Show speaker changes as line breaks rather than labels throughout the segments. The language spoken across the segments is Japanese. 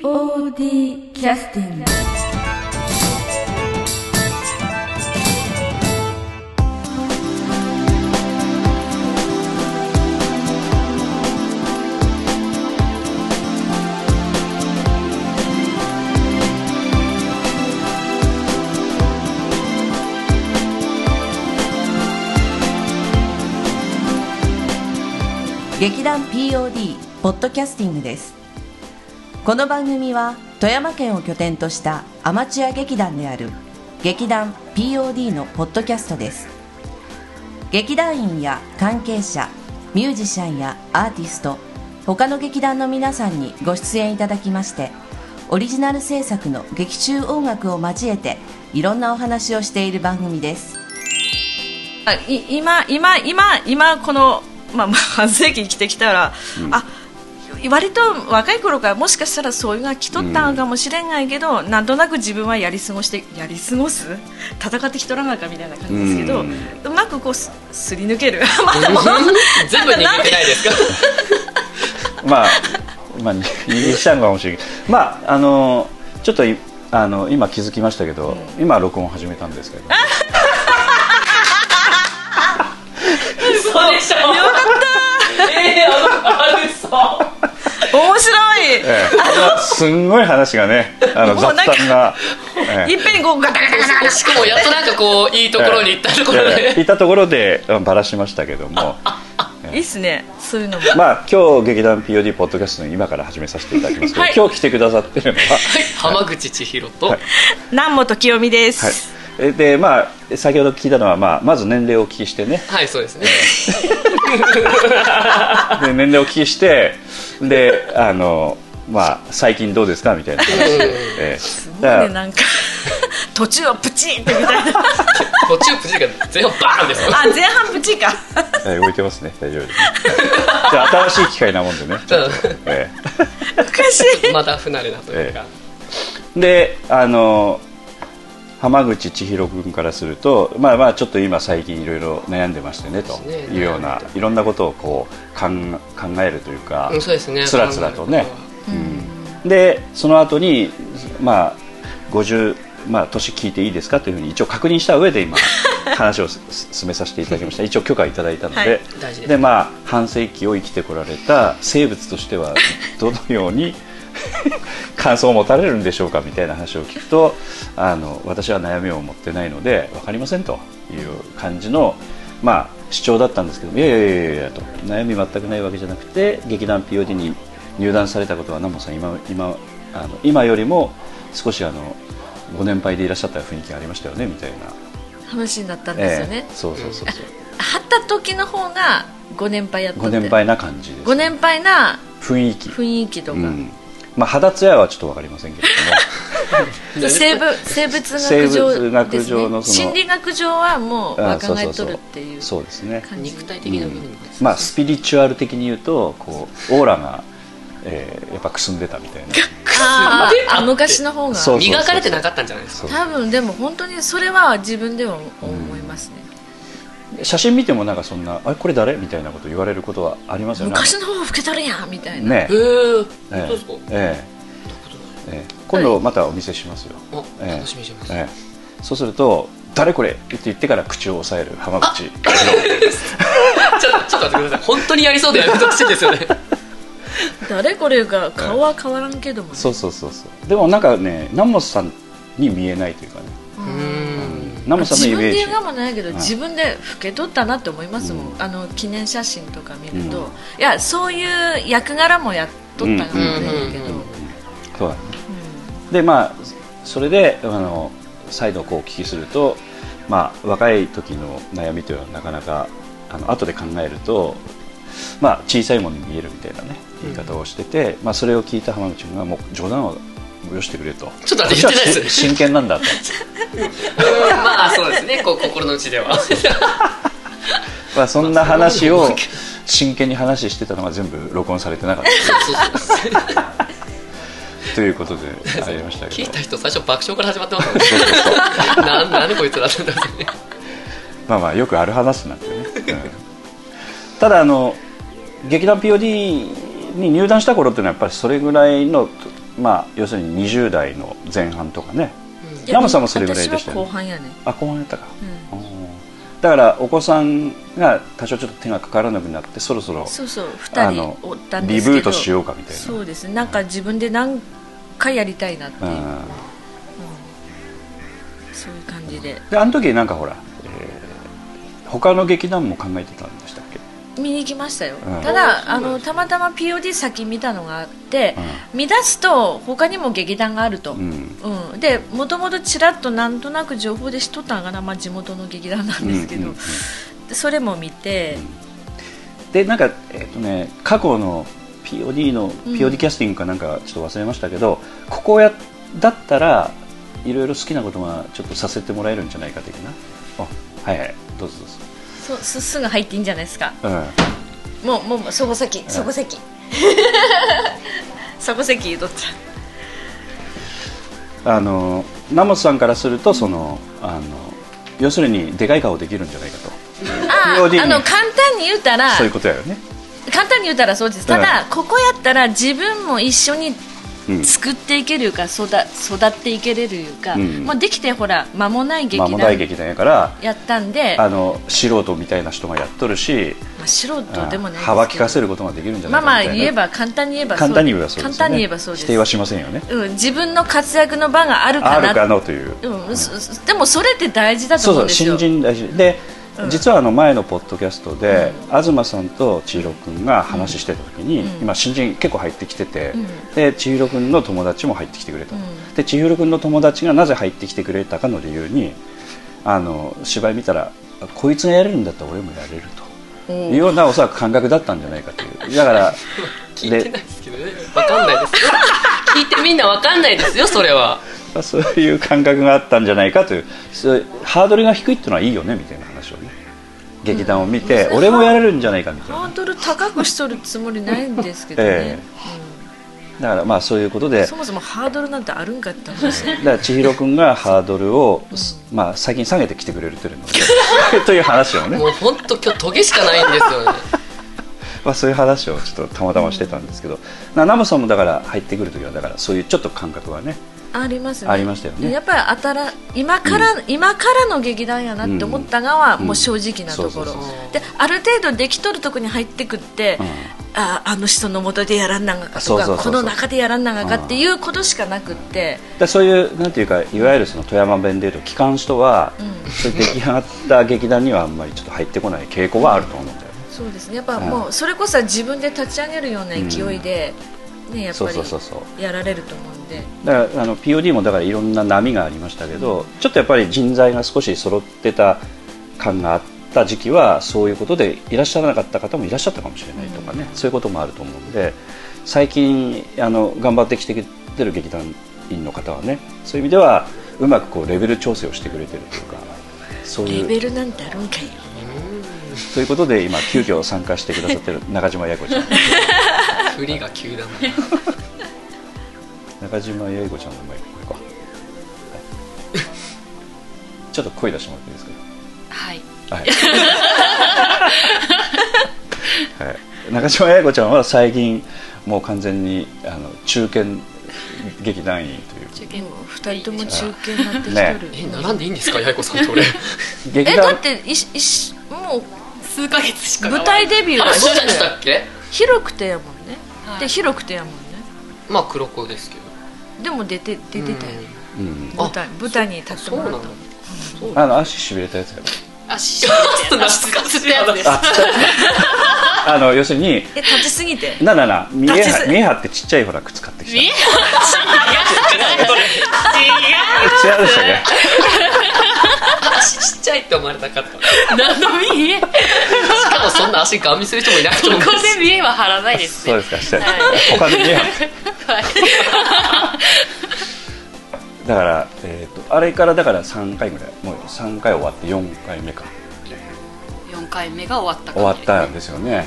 POD キャスティング
劇団 POD ポッドキャスティングですこの番組は富山県を拠点としたアマチュア劇団である劇団 POD のポッドキャストです劇団員や関係者ミュージシャンやアーティスト他の劇団の皆さんにご出演いただきましてオリジナル制作の劇中音楽を交えていろんなお話をしている番組です
あい今今今今この、まあ、 まあ半世紀生きてきたら、あ割と若い頃からもしかしたらそういうのが来とったんかもしれんがいけど、なんとなく自分はやり過ごしてやり過ごす戦ってきとらなあかんみたいな感じですけど、
う
うんまくこうすすり抜ける まだもう
全部握ってないですか
まあ、まあ、言いしたのかもしれないまああのちょっといあの今気づきましたけど、今録音始めたんですけど
そうでしょよかったええあの嘘
面白い
ええまあすんごい話がねあの
もう
雑
なんか
談が、え
いっぺんにこうガタガタガタガ
しかもやっとなんかこういいところに行ったところ
ええ
で
いたところでうんばらしましたけ ども
タいいっすねそういうのも
まあ今日劇団 POD ポッドキャストの今から始めさせていただきますけど、
はい
今日来てくださってるのは
浜口千尋と、
はい
南本清美です、
はいえでまあ先ほど聞いたのは、まあ、まず年齢をお聞きしてね
はいそうですね
で年齢をお聞きしてであのまあ最近どうですかみたい な話で、ええだ
ね
から
なんか途中はプチンってみたいな
途中プチが全部バーンですよ
あ前半プチンか
はい動いてますね大丈夫です、じゃあ新しい機会なも んでね、え
おかしい
まだ不慣れなというか、
えであの浜口千尋君からするとまあまあちょっと今最近いろいろ悩んでましてねと
そうですね
いうような
悩んで
いろんなことをこう考考えるというか、
うんそうですね
つらつらとねでその後にまあ50まあ年聞いていいですかというふうに一応確認した上で 今話をす進めさせていただきました一応許可いただいたので、
はい
大事です
でまあ半世紀を生きてこられた生物として はどのように 感想を持たれるんでしょうかみたいな話を聞くとあの私は悩みを持ってないので分かりませんという感じの、まあ、主張だったんですけどいやいやいやいやと悩み全くないわけじゃなくて劇団 POD に入団されたことは南本さん今今あの今よりも少しあのご年配でいらっしゃった雰囲気がありましたよねみたいな。
話になったんですよね
ええ、そうそうそうそう。
貼った時の方がご年配やった
ご
んで
年配な感じです、
ご年配な
雰囲気。
雰囲気とか、
うん、まあ肌ツヤはちょっとわかりませんけれ
生物生物学
生物
上で
学
す、
上
ね
の、その
心理学上はもう
ども
は
あそう
考
そ
え
うそ
とるっていう
そうですね
感じ
肉体的な部分もです、
まあスピリチュアル的に言うとこうオーラが、えーやっぱくすんでたみた いな
あーあ昔の方が
そうそう
磨かれてなかったんじゃないです
そ
か
う
多分でも本当にそれは自分では思いますね、
写真見てもなんかそんな「あれこれ誰?」みたいなこと言われることはありますよね
昔の方が老けとるやんみたいな、
ね
へえ
ええ
本当ですか
ええええ今度またお見せしますよ、
あ
ええ
楽しみにしてます
ええそうすると「誰これ?」って言ってから口を押さえる浜口
ちょちょっと待ってください本当にやりそうでやめてほしいですよね
誰これが顔は変わらんけどもね、
そうそうそうそうでもなんかね南本さんに見えないというかね
うーん
南本さ
自
んのイ
分
メー
で
ジ
言うかもないけど、
い
自分で老けとったなって思いますもん、あの記念写真とか見ると、いやそういう役柄もやっとったかもしれんけど、
うんうんうん
そうだね、でまあそれであの再度こうお聞きすると、まあ、若い時の悩みというのはなかなかあの後で考えると、まあ、小さいものに見えるみたいなね言い方をしてて、まあ、それを聞いた浜口君がもう冗談をよしてくれと
ちょっと待って言ってないです
こっちは 真真剣なんだと、
うんまあそうですねこう心の内では
まあ、そんな話
まあ
を
そうだと思うけ
真剣に話してたのが全部録音されてなかっ
そうそうそう
たということでありました
聞
け
い
ど
た人最初爆笑から始まってますもんねなん なんでこいつらってなってね
まあまあよくある話なんだよね、うんただあの劇団 POD に入団した頃っていうのはやっぱりそれぐらいのまあ要するに20代の前半とかね
いや
ナムさんもそれぐらいでした
私は
よ
後
ね
半やね
あ後半やったか、うんだからお子さんが多少ちょっと手がかからなくなってそろそろ
そうそう2
あ
人
の
おったんで
リ
すけど
ブートしようかみたいな
そうですなんか自分で何回やりたいなっていう、
うん
そういう感じで
であの時なんかほら、えー他の劇団も考えてたんでしたっけ、
見に行きましたよ、
うん
ただあのたまたま POD 先見たのがあって、見出すと他にも劇団があると、う
うん
んでもともとちらっとなんとなく情報で知っとったんかな、まあ、地元の劇団なんですけど、
うんうん
でそれも見て、
でなんかえっ、とね過去の POD の POD キャスティングかなんかちょっと忘れましたけど、ここやだったらいろいろ好きなことがちょっとさせてもらえるんじゃないか的なあはいはいどうぞど
そすすぐ入っていいんじゃないですか
うぞ、うん、
もうもうもうそこ席そこ席 そこ席言うとった
あのナモスさんからするとそのあの要するにでかい顔できるんじゃないかと
あー
POD に
あの簡単に言うたら
そういうことやよね、
簡単に言うたらそうですただ、ここやったら自分も一緒に
うん、
作っていけるいうか育育っていけれるいうか、
うん
もうできてほら間もない劇
まあ
団
も大劇団やから
やったんで、
あの素人みたいな人がやっとるし
まあ、素人でもないですけど
幅利かせることができるんじゃな
まあ
いか
まあ
みたいな
言えば簡単に言えば
簡単に言えばそうですよね
簡単に言えばそうです
否定はしませんよね
うん、自分の活躍の場がある
あ
かな
るかのという
うん、そそでもそれって大事だと
そう
思
そうう
で
ん
すよ
新人大事で、実はあの前のポッドキャストで、東さんと千尋君が話してた時に、今新人結構入ってきてて、で千尋君の友達も入ってきてくれたと、で千尋君の友達がなぜ入ってきてくれたかの理由にあの芝居見たらこいつがやれるんだったら俺もやれるというようなおそらく感覚だったんじゃないかというだ から
聞いてないですけどねわかんないですよ聞いてみんなわかんないですよそれは
まあ、そういう感覚があったんじゃないかというそういうハードルが低いっていうのはいいよねみたいな話をね劇団を見て、俺もやれるんじゃないかみたい
ハ
な
ードル高くしとるつもりないんですけどね、
えだからまあそういうこと
う
で
んそもそもハードルなんてあるんかって話
だから千尋君がハードルを、まあ、最近下げてきてくれると いうのでという話をね、
もう本当今日トゲしかないんですよね
まあ、そういう話をちょっとたまたましてたんですけど、なナムさんもだから入ってくるときはだからそういうちょっと感覚はね
ありますね
ありましたよね
やっぱりあたら今から、今からの劇団やなって思ったがは、もう正直なところ、
そうそう
である程度できとるとこに入ってくって、
ん
ああの人の元でやらんながかと
そう
か
そうそうそう
この中でやらんながかっていうことしかなくって、
だそういうなんていうかいわゆるその富山弁でいうと機関士とは、そういう出来上がった劇団にはあんまりちょっと入ってこない傾向はあると思うんだよね。
そうですねやっぱもうそれこそ自分で立ち上げるような勢いで、ね、やっ
そう
ぱ
そうそうそう
りやられると思うんで。
だからあの POD もだからいろんな波がありましたけど、ちょっとやっぱり人材が少し揃ってた感があった時期はそういうことでいらっしゃらなかった方もいらっしゃったかもしれないとかね、そういうこともあると思うんで最近あの頑張ってきてくれてる劇団員の方はねそういう意味ではうまくこうレベル調整をしてくれてるというかそう
レ
い
ベ
う
ルなんてあるんかいよ
ということで今急遽参加してくださってる中島八重子ちゃん
振りが急だな
中島八重子ちゃんの前これか、はい ちょっと声出してもらっていいですか
はい
はい、はい、中島八重子ちゃんは最近もう完全にあの中堅劇団員というか
もう2人とも中堅になってきとる、
え並んでいいんですか八重子さんと俺
劇
えだ
団
っていしいしもう
数ヶ月しか
舞台デビュー
あ
は
そう
し
で
て
したっけ
広くてやもんね、
はい
で広くてやもんね
まあ黒子ですけど
でも出て出てたよ、
うん
舞台舞台に立って
そう
も
なん
ら
だ
った
あの足しびれたやつやろ
あしょ脱出したやつです
ああの要するに
え立ちすぎて
なあなあなあ見え
立ち
は
す
見えはってちっちゃいほら靴買ってきた
見え
違
違
うでしたっけ
足ちっちゃいって思われたかったし
う何の見えこ
かもそんな足ガン見する人もいないと思うんです
こで見えは張らないです
そう
ね
ですかして、
はい
他で見えはっ
はい
てだから、えー、とあれからだから3回ぐらいもう3回終わって4回目か
4回目が終わった
終わったんですよね、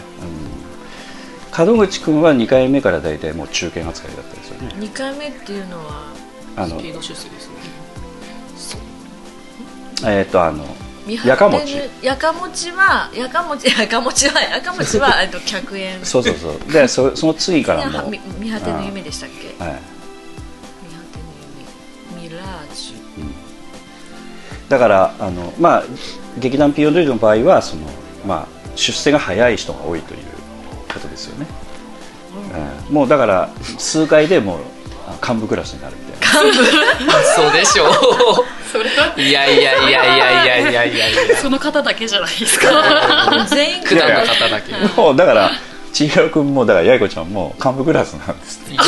うん、門口君は2回目から大体もう中堅扱いだったんですよね
2回目っていうのは
あの
芸能出世ですね
えっ、とあの
見
やかもち
やかもちはやかもちやかもちはやかもちはあの客円
そうそうそうでそその次からもう、
み見果ての夢でしたっけ見果
はい、
ての夢ミラージュ
だからあの、まあ、劇団 POD の場合はその、まあ、出世が早い人が多いということですよね、うんもうだから数回でもうあ幹部クラスになるみたいな
そうでしょう
それは
いやいやいやいやいやいやいやいや
その方だけじゃないですか
全員
普段の方だけ
もうだから千尋君もだから八重子ちゃんも幹部クラスなんですって
いや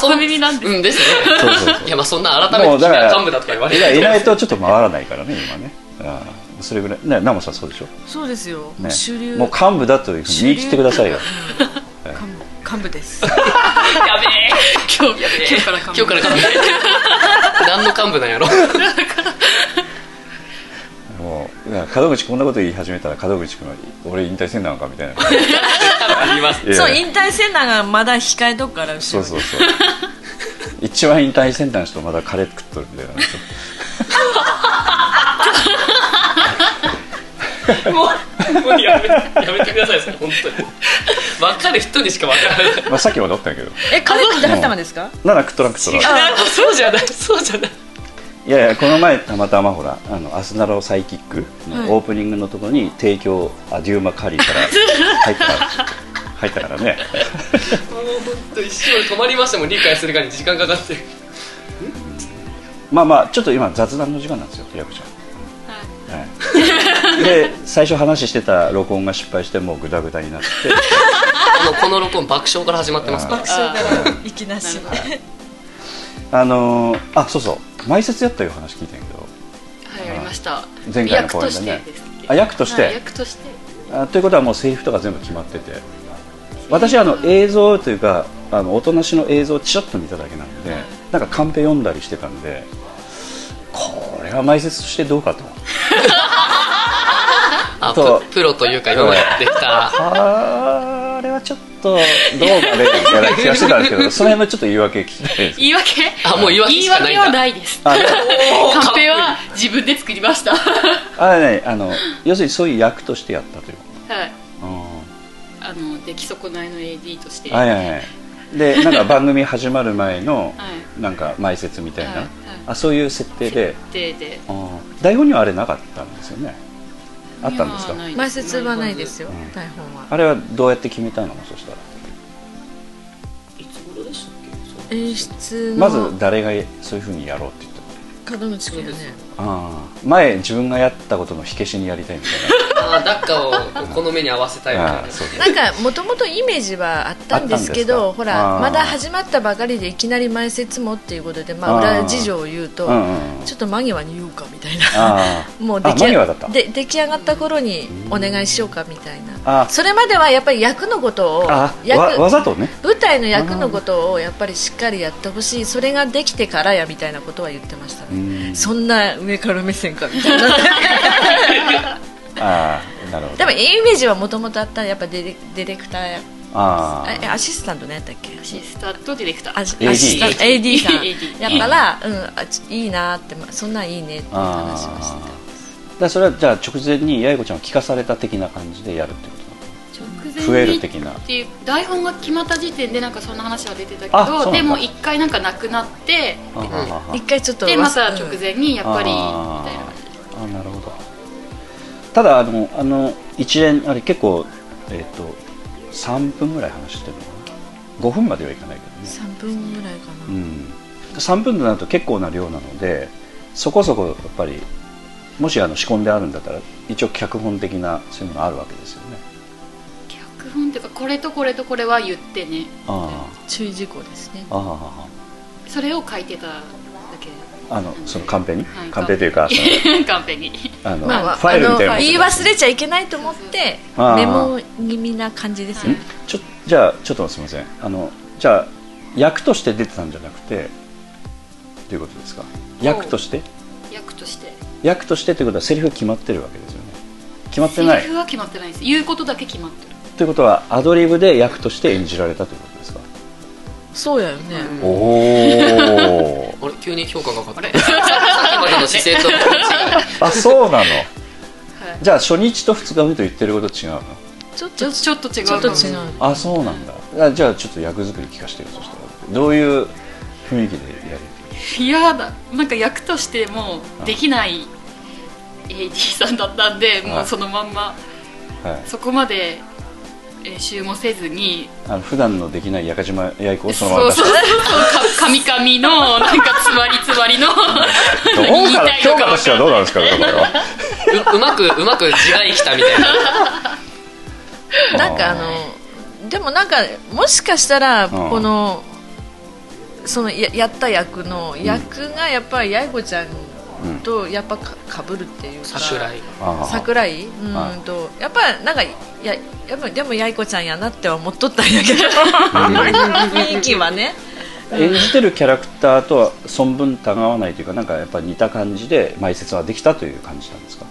遊びになんで
うんですね
そうそうそう
いやまあそんな改めて君は幹部だとか言われ
いや
る
いないとちょっと回らないからね今ねああそれぐらいねナモさんそうでしょ、
そうですよ、
ね、
主流
もう幹部だというふうに言い切ってくださいよ
幹部幹部です
やべえ
今日今日からか
今日 から幹部何の幹部なんやろ
もういや門口こんなこと言い始めたら門口君は俺引退せんなのかみたい ない
言います
や
そう引退センターがまだ控えとくから後
そ
ろ
う
に
そうそう一番引退センターの人まだカレー食っとるみたいな
もうもうやめてやめてくださいそれ本当に分かる人にしか分からない
まあさっきもだったんやけど
えカレー食って入ったんですか
なら食っとらん食っとらん
そうじゃないそうじゃない
いやいやこの前たまたまほらあのアスナロサイキックのオープニングのところに提供あデューマカリーから入った入ったからね
もう本当一瞬止まりましたもん理解するかに時間かかってる
まあまあちょっと今雑談の時間なんですよやこちゃん、はいで最初話してた録音が失敗してもうグダグダになって
もうこの録音爆笑から始まってますから
いきなし
なる
あのーあそうそう前説やったいう話聞いたんやけど
はいやりました
前回の
役
公
と
演で
し
ね
てですっけ
あ役として、
はい役として
あということはもうセリフとか全部決まってて私はあの映像というかあの音なしの映像をちょっと見ただけなのでなんかカンペ読んだりしてたんでこれは埋設としてどうかと
あ
そう
ププロというか今までできた
あれはちょっとどうかねみたいな気がしてたんですけどその辺のちょっと言い訳聞きたいです
言い訳
あもう言い訳
言
し
い
かない
訳
んだ
はないです
あ
カンペは自分で作りましたは
あれねあの要するにそういう役としてやったというこ
い
と、うん
あの出来損ないの AD として
はい
はい
はいはいでなんか番組始まる前の
は
なんか前説みたいな、
はいはい
あそういう設定で
でで
あー台本にはあれなかったんですよねあったんですか
いやない
前説はないですよ
うん
台本は
あれはどうやって決めたのそしたら
いつ頃でしたっけ
演出
ま
の
ず誰がそういうふうにやろうって言ったの
門口君よね
あー前自分がやったことの火消しにやりたいみ
あダッカをこの目に合わせた
た
い
い
みた
な
い
あ
な
ーそうそう
なんかもともとイメージはあったんですけ
あったんですか
どほら
あー
まだ始まったばかりでいきなり前説もっていうことで、まあ、
あー
裏事情を言うと、
うんうんうん
ちょっと間際に言うかみたいな
あー
もう
あ
出来
マニ
上が
アだった
で出来上がった頃にお願いしようかみたい
あ
なそれまではやっぱり役のことを
あーわわ
役
ざとね
舞台の役のことをやっぱりしっかりやってほしいそれができてからやみたいなことは言ってました
うん
ねそんな上から目線かみたい な
ああなるほ
で
ど
もイメージはもともとあったやっぱディレディレクターや
あ
あえアシスタントねやったっけ
アシスタントディレクター
アシ
AD
アシスタント AD さ
AD
んやったら、うん、あちいいなってまそんなんいいねっていう
あ
話をし
あ
て
だそれはじゃあ直前に八重子ちゃんを聞かされた的な感じでやるってこと
直
増え
前に
る
っ
的な
ていう台本が決まった時点でなんかそんな話は出てたけ
あそうなんだ
どでも一回なんかなくなって
あー
た一回ちょっと
でまた
うん
直前にやっぱりみ
あ
たい
ーあ
な感
ーなるほどただあのあの一連あれ結構えっ、と3分ぐらい話してるのかな5分まではいかないけどね、
3分ぐらいか
う
な、
ん、3分となると結構な量なのでそこそこやっぱりもしあの仕込んであるんだったら一応脚本的なそういうのがあるわけですよね
じ脚本っていうかこれとこれとこれは言ってね
あ
注意事項ですね
ああ
それを書いてただけ
ああのそのカンペに、
はい
カンペというかその
カンペに
あの、
まあ、
ファイルみたいな
あ
もん
の言い忘れちゃいけないと思って
あー
メモ気味な感じですよ
ん
ね
ちょじゃあちょっとすみませんあのじゃあ役として出てたんじゃなくてということですか役として
役として
役としてということはセリフ決まってるわけですよね決まって
セ
ない
リフは決まってないです言うことだけ決まってる
ということはアドリブで役として演じられたということですか、
そうやよね、
おお
俺
急に評価が上がったさっきまでの姿勢と
あそうなの
はい
じゃあ初日と2日目と言ってること違うの
ちょっ
ちょ
とち
ちょっと違う
ょっと違う
あそうなんだあじゃあちょっと役作り聞かせてよそしたらどういう雰囲気でやる
いやだなんか役としてもうできない AD さんだったんでも
は
う
い
そのまんま
はい
そこまで練習もせずに
あの普段のできない屋久島八重子をそのまま
そう
出し
そうそうかみかみのなんかつわりつわり
て
の
どうか
言
ない
たい
評
のか分かんない
価としてはどうなんですかねこれは
うう まくうまく字が生きたみたいな
なんかあのでもなんかもしかしたら
ん
このそのややった役の役がやっぱり八重子ちゃんとやっぱかかぶるっていうか
桜井
あー
桜井うーんとやっぱなんかややっぱでも八重子ちゃんやなっては思っとったんやけど 雰囲気はね
演じてるキャラクターとは存分たがわないというかなんかやっぱ似た感じで埋設はできたという感じなんですか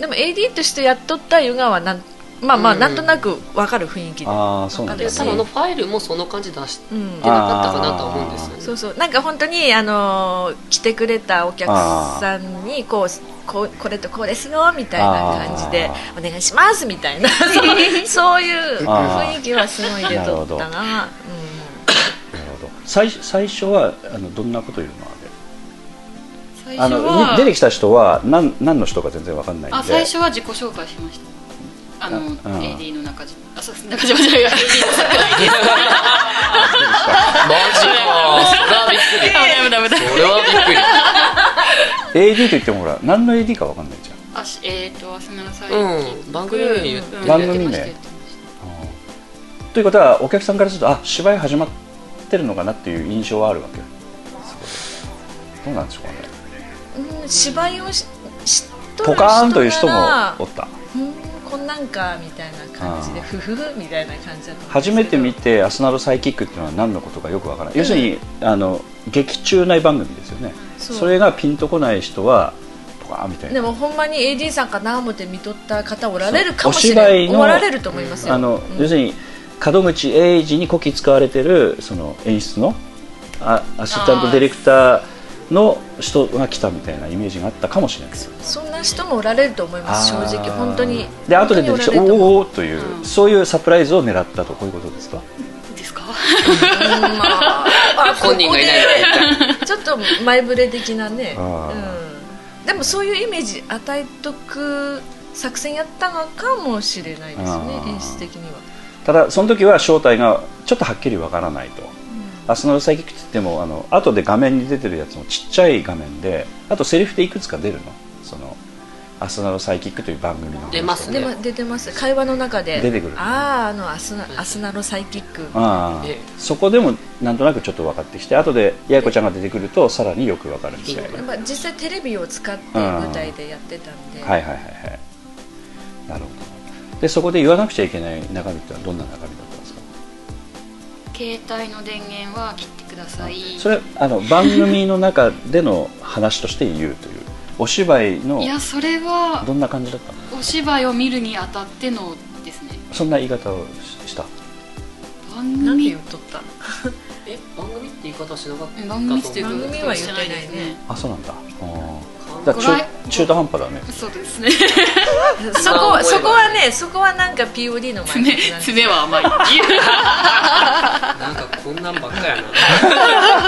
でも AD としてやっとったゆがはなんまあまあなんとなくわかる雰囲気で、
ああそうなんだ、
で
ね、
多分あのファイルもその感じ出して
うん
な、かったかなとは思うんですよね
そうそうなんか本当にあのー来てくれたお客さんにこうこうこれとこうですよみたいな感じで
あ
お願いしますみたい なそうそういう
あー
雰囲気はすごい出とったな
なるほど最最初はあのどんなこと言うのあれ
最
あ
初
のに出て
は
きた人は何何の人か全然わかんないんで
あ最初は自己紹介しましたあの
うん
AD の中島あそう中島 じゃない AD の桜井です
マジかそれはびっくりそれはびっくり
AD と言ってもほら何の AD かわかんないじゃん
あしえっ、ー、と浅村さん、
うん番組名言って
うん
番組名
言ってました言ってまし
ということはお客さんからするとあ芝居始まってるのかなっていう印象はあるわけそこでどうなんでしょうかね
うん、うん、芝居をししっとる
ポ
人な
カ
ら
ーンという人もおった
うんこんなんかみたいな感じで
あー
ふふふみたいな感じだったんですけど
初めて見て「アスナロサイキック」っていうのは何のことかよくわからない、要するにあの劇中内番組ですよね
そ
そうれがピンとこない人はポカーンみたい
で
な
もほんまに AD さんかな思って見とった方おられるかもしれない
そうお芝居の
おられると思いますよ
あの、
うん
要するに門口英二にこき使われてるその演出のあアシスタントディレクターの人が来たみたいなイメージがあったかもしれないです
そんな人もおられると思います正
あー
直本当に
で後で出てきて「おー
お
おー」という、そういうサプライズを狙ったとこういうことですか
たですか
本人がいないのに
ちょっと前触れ的なね、
あ
うん、でもそういうイメージ与えとく作戦やったのかもしれないですね
あー
演出的には
ただその時は正体がちょっとはっきりわからないと、アスナルサイキックって言ってもあの後で画面に出てるやつもちっちゃい画面であとセリフでいくつか出るのそのアスナルサイキックという番組の話
出ます
で
ね
ま出てます会話の中で
出てくる
あああのアスナアスナロサイキック
ああ
ええ
そこでもなんとなくちょっと分かってきて後で八重子ちゃんが出てくるとさらによく分かるみたいな
え
やっぱ実際テレビを使って舞台でやってたんで、
はいはいはいはいなるほどでそこで言わなくちゃいけない中身ってのはどんな中身だったんですか
携帯の電源は切ってください
それあの番組の中での話として言うというお芝居の
いやそれは
どんな感じだったの
お芝居を見るにあたってのですね
そんな言い方をしした
番
なんて
組
言っとった
え番組って言い方しなかった
番組っていうか
番組は言ってないね
して
あそうなんだあー
か
だ
ん
か
ご
ら
来
中中途半端だね
そうで すね
そこ そこはねそこはなんか POD の前
爪爪は甘いっていう
なんかこんなんばっかや な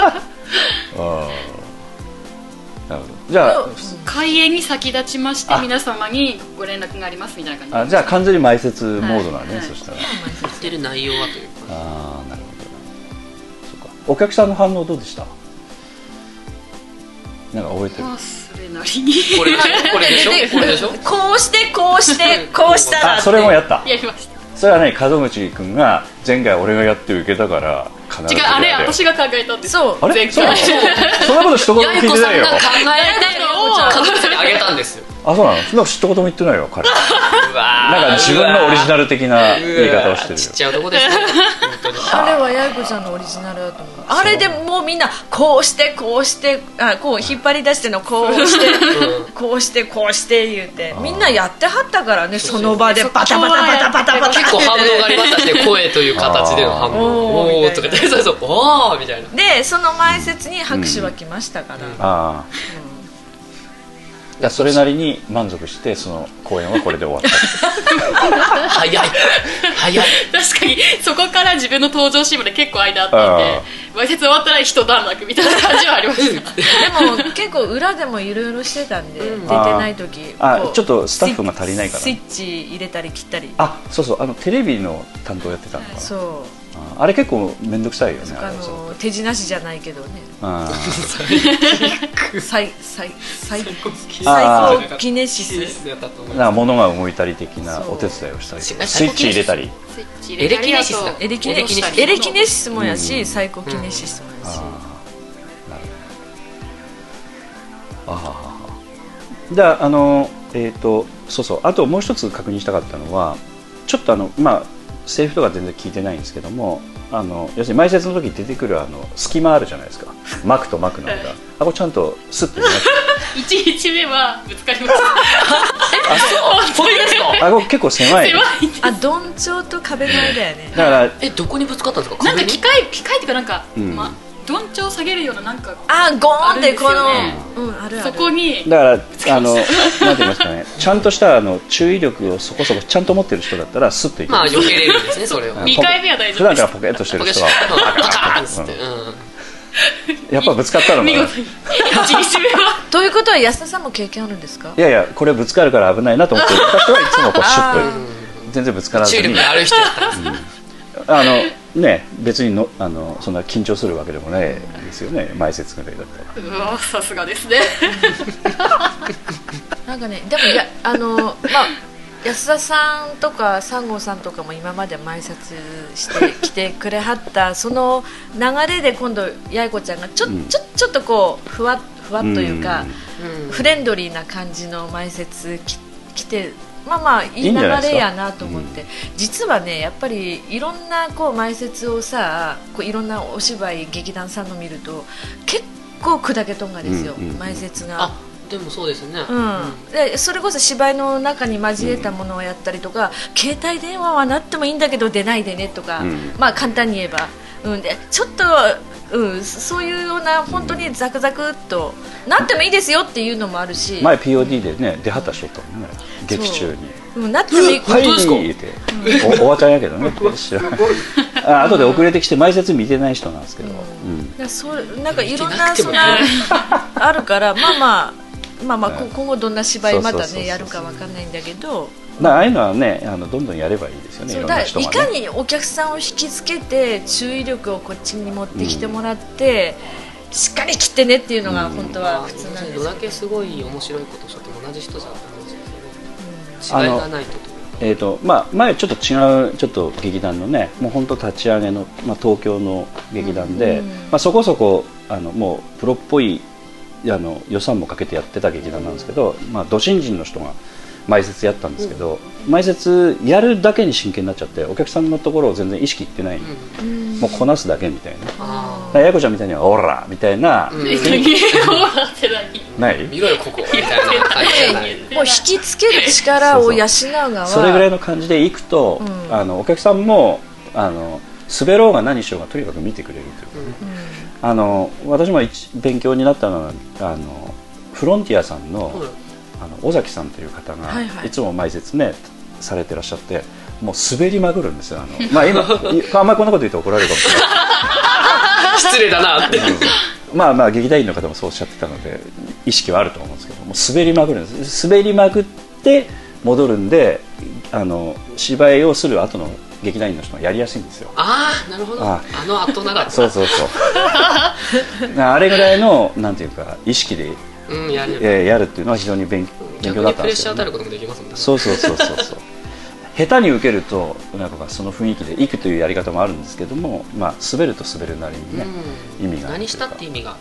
あーなるほどじゃあ
開演に先立ちまして
あ
皆様にご連絡がありますみたいな感
あ
じ
じゃあ完全に埋設モードだね、
はい
そしたら
言ってる内容はというか
ああなるほどそうかお客さんの反応どうでしたなんか覚えてる
まあそれなりに
これこれでしょこれで しょ
こうしてこう してこうしたら
あそれもやった
やりました
それはね門口君が前回俺がやって受けたから必ず
違うあれ
やる
私が考えたんです
そう
あれ
前
そうなの
回
そんなこと一言も聞いてないよ
家族にあげたんですよ
あそうなのそんなこと一言も言ってないよ彼
うわー
なんか自分のオリジナル的な言い方をしてる
うわーちっ
よ
ちゃい男ですね本当当に
あれは八重子ちゃんのオリジナルだと思うあれでもうみんなこうしてこうしてあこう引っ張り出してのこう してこうしてこうして言うてみんなやってはったからねその場でバタバタバタバタバタ
結構反応がありましたね声という形での反応
おー
おーとか言ってそうそうおーみたいな
でその前説に拍手は来ましたから、
ああ、いやそれなりに満足してその公演はこれで終わった
早い早い
確かにそこから自分の登場シーンまで結構間あったんでわいせつ終わったら一段落みたいな感じはありました
でも結構裏でもいろいろしてたんで、出てない時
あー
こう
あちょっとスタッフが足りないから
スイッチスイッチ入れたり切ったり
あそうそうあのテレビの担当やってたのかな
そ
ああれ結構面倒くさいよね
う
あ
あ
れはそう
の手品師じゃないけどね
あ
最最最
あ
最高記念シス
だったと思
あ
い
な
ま
んか物が動いたり的な
そう
お手伝いをしたりとか
し
スイッチ入れたり
スイッチ
入れたりだと
エレキネシスエレキネシスもやし、最高記念シスもやし、
じゃああのえっ、とそうそうあともう一つ確認したかったのはちょっとあのまあ政府とか全然聞いてないんですけどもあの要するに前説の時に出てくるあの隙間あるじゃないです か幕と幕の間あこれちゃんとスッと入れなくて
1日目はぶつかりました本当に
あこれ結構狭い
狭い
あどんちょうと壁の間やね
だから
すえどこにぶつかったんですか
なんか
壁に
機械機械っていうかなんか、
うん
ま、どんちょう下げるようななんか
あゴーンってこの、
あるんで
うんあるあ
そ
る
こに
だからあのなんて言いますかねちゃんとしたあの注意力をそこそこちゃんと持ってる人だったらスッといける
まあ避けれるんですねそれを
うん
二回目は大丈
普
夫
段
で
か
し
ら
た
ポケットしてる
僕が
人
知ったのは
は
パカーンっつって、うん
やっぱぶつかったのか
見
な
事に1日目は
ということは安田さんも経験あるんですか
いやいやこれぶつかるから危ないなと思って私はいつもこうシュッと全然ぶつからず
注
に
力がある人やったんですね
あのね別にのあのそんな緊張するわけでもないですよね前説ぐらいだったら
うわさすがですね
なんかねでもや あのまあ安田さんとか三郷さんとかも今まで埋設してきてくれはったその流れで今度八重子ちゃんがちょ,、
ん
ちょちょっとこうふわふわっというか、
うん
フレンドリーな感じの埋設き来てまあまあい
い
い
ん
流
じゃないですか
れやなと思って実はねやっぱりいろんなこう埋設をさこういろんなお芝居劇団さんの見ると結構砕けとんがですよ、
うんうんうん
埋設が。
あでもそうですね
うん、でそれこそ芝居の中に交えたものをやったりとか、携帯電話はなってもいいんだけど出ないでねとか、
うん
まあ簡単に言えば、うん、でちょっと、うん、そそういうような本当にザクザクっとなってもいいですよっていうのもあるし、
前 POD でね出はった人ともね劇中に
うん、なってもいい、
「はい」言うておおばちゃんやけどね知らないあ後で遅れてきて前説見てない人なんですけどうん
なそうなんかいろん
な
な
く
そ
ても
ん
ね
なあるからまあまあまあまあこ 今後どんな芝居ま
そう
た
そうそうそう
ねやるかわかんないんだけど。
だからああいうのはねあのどんどんやればいいですよねい
そう
ろん
だか
な
ら
人
い
が
か
ね
にお客さんを引きつけて注意力をこっちに持ってきてもらって、しっかり切ってねっていうのが本当は普通なんですけ
ド
ど、
ラケすごい面白いことをしたと同じ人じゃんって話ですよ
うん
ね違いがないとと
えーとまあ、前ちょっと違うちょっと劇団のねもう本当立ち上げの、まあ、東京の劇団で、
うん
まあ、そこそこあのもうプロっぽいあの予算もかけてやってた劇団なんですけど、まあ、ど新人の人が前説やったんですけど、前説やるだけに真剣になっちゃってお客さんのところを全然意識いってない、もうこなすだけみたいなだか
あ
らやこちゃんみたいには「オラ!」みたいな、
うん
一緒に終わってない
ない
見ろよここみたいな感じじゃない
もう引きつける力を養う側
それぐらいの感じで行くと、
うん
あのお客さんもあの滑ろうが何しようがとにかく見てくれるというかね、あの私も一勉強になったのはあのフロンティアさんの,、あの尾崎さんという方が、
はい
い
はい
つも前説ねされてらっしゃってもう滑りまくるんですよあの、まあ、今い あんまりこんなこと言うと怒られるかもしれない
失礼だなって
まあまあ劇団員の方もそうおっしゃってたので意識はあると思うんですけどもう滑りまくるんです滑りまくって戻るんであの芝居をする後の劇団員の人がやりやすいんですよ
ああなるほど
あ
あの後長
そうそ うそうあれぐらいのなんていうか意識で、
ううんや
え
るよ
ーやるっていうのは非常に勉勉
逆
強だ
に
った
プ
ん
レ
で
ッ
す
シャ
け
ー
ど、
与えることもできますもんね
そうそうそうそうそう 下手に受けるとなんかその雰囲気でいくというやり方もあるんですけども、まあ、滑ると滑るなりにね、
うん
意味があると
何
いうか
したって意味が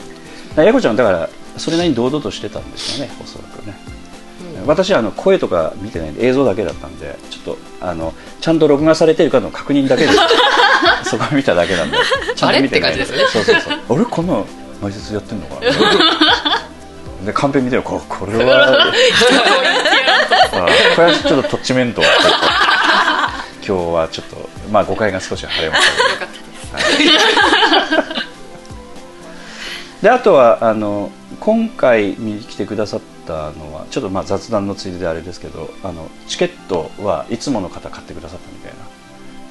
八重子ちゃんだからそれなりに堂々としてたんですよねおそらくね、私あの声とか見てないんで映像だけだったんでちょっとあのちゃんと録画されてるかの確認だけで そこは見ただけなんでちゃんと見てない
あれって感じですよね
そうそうそう俺こんな前説やってんの かなでカンペ見てるここれはあーこれはちょっとトッチメントはちょっ と今日はちょっとまあ誤解が少し晴れましたね、はいであとはあの今回見に来てくださったのはちょっとまあ雑談のついでであれですけどあのチケットはいつもの方買ってくださったみたい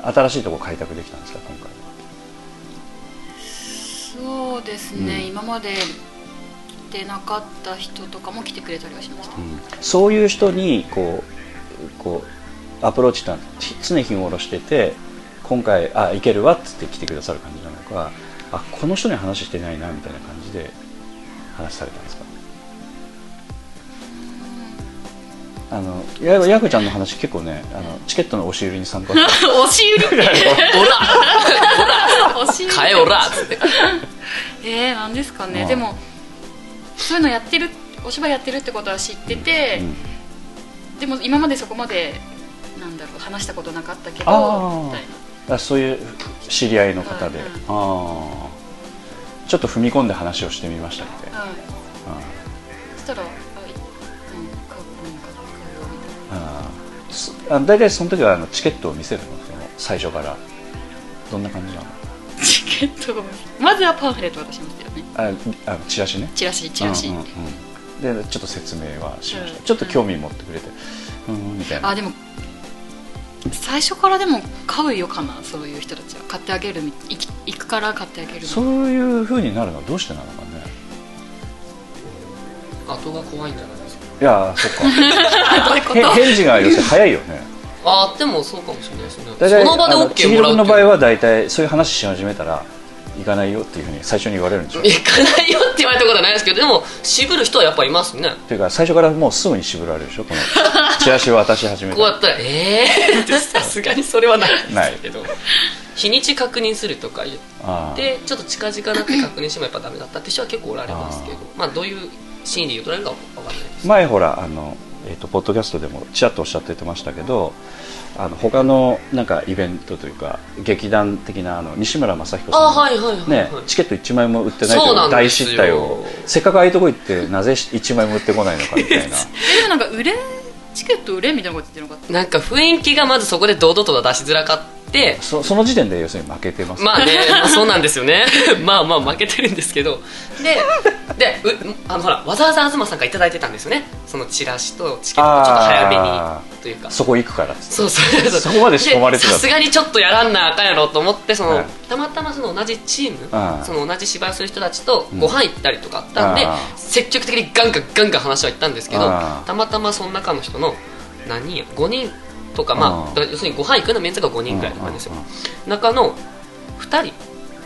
な新しいとこ開拓できたんですか今回は
そうですね、今まで来てなかった人とかも来てくれたりはしました、
そういう人にこうこうアプローチした常日頃してて今回あいけるわっつって来てくださる感じなのかあこの人に話してないなみたいな感じで話されたんですかあのややくちゃんの話結構ねあのチケットの押し売りに参加して
押し売り
オラ
押し売り
買えオラっつって
えー、なんですか
う
ね
ん
でもそういうのやってるお芝居やってるってことは知ってて、
うん
でも今までそこまでなんだろう話したことなかったけ
あー
どみたいな
あそういう知り合いの方で、
うんうん
あーちょっと踏み込んで話をしてみましたみたいな
はい
あ
そしたら「はいうんかうんかうんかみたい
あーそあ大体その時はあのチケットを見せるのその最初からどんな感じなの
なチケットがまずはパンフレット渡しましたよね
ああのチラシね
チラシチラシ、
うんうんうんでちょっと説明はしました、
うん
ちょっと興味持ってくれてうーんみたいな
あでも最初からでも買うよかなそういう人たちは買ってあげるみ行き行くから買ってあげるみ
そういうふうになるのはどうしてなのかね
後が怖いんじゃないですか
いやーそ っか
どういうこ
へ返事が要するに早いよね
あーでもそうかもしれないですね
大
そ
体
の場で
あの
OK もらうっ
君
て
の場合は大体そういう話し始めたら行かないよっていうふうに最初に言われるんでしょ
行かないよって言われたことはないですけどでも渋る人はやっぱいますね
っていうか最初からもうすぐに渋られるでしょこのチラシを渡し始め
こうや
た
ったら「えー」ってさすがにそれはないですけど日にち確認するとか言っ
あー
てちょっと近々なって確認してもやっぱダメだったって人は結構おられますけど
あ
まあどういう心理で取られるかは分かんないです
前ほらあの、えー、とポッドキャストでもちらっとおっしゃっててましたけどあの他のなんかイベントというか劇団的なあの西村雅彦さん
あ
の
ーはいはいはい、はい
ね、チケット1枚も売ってないと
そ
いう
なん
う
で
大
すよ
失態をせっかくああいうとこ行ってなぜ1枚も売ってこないのかみ たいな
えでもなんか売れチケット売れみたいなこと言ってなかった
なんか雰囲気がまずそこで堂々とは出しづらかって
そその時点で要するに負けてます、
まあね、まあそうなんですよね まあまあ負けてるんですけどででうあのほらわざわざ東さんが頂いただいてたんですよねそのチラシとチケットをちょっと早め
あ
にというか
そこ行くからっつって
そうそうそう
そこまで仕込まれてた
でさすがにちょっとやらんなあかんやろと思ってその、
はい
たまたまその同じチーム
ああ
その同じ芝居する人たちとご飯行ったりとかあったんで、
ああ
積極的にガンガンガンガン話は行ったんですけど
ああ
たまたまその中の人の何人や5人とかまあ
ああ
だから要するにご飯行くのメンツが5人ぐらいとかなんですよ
うんうん
中の2人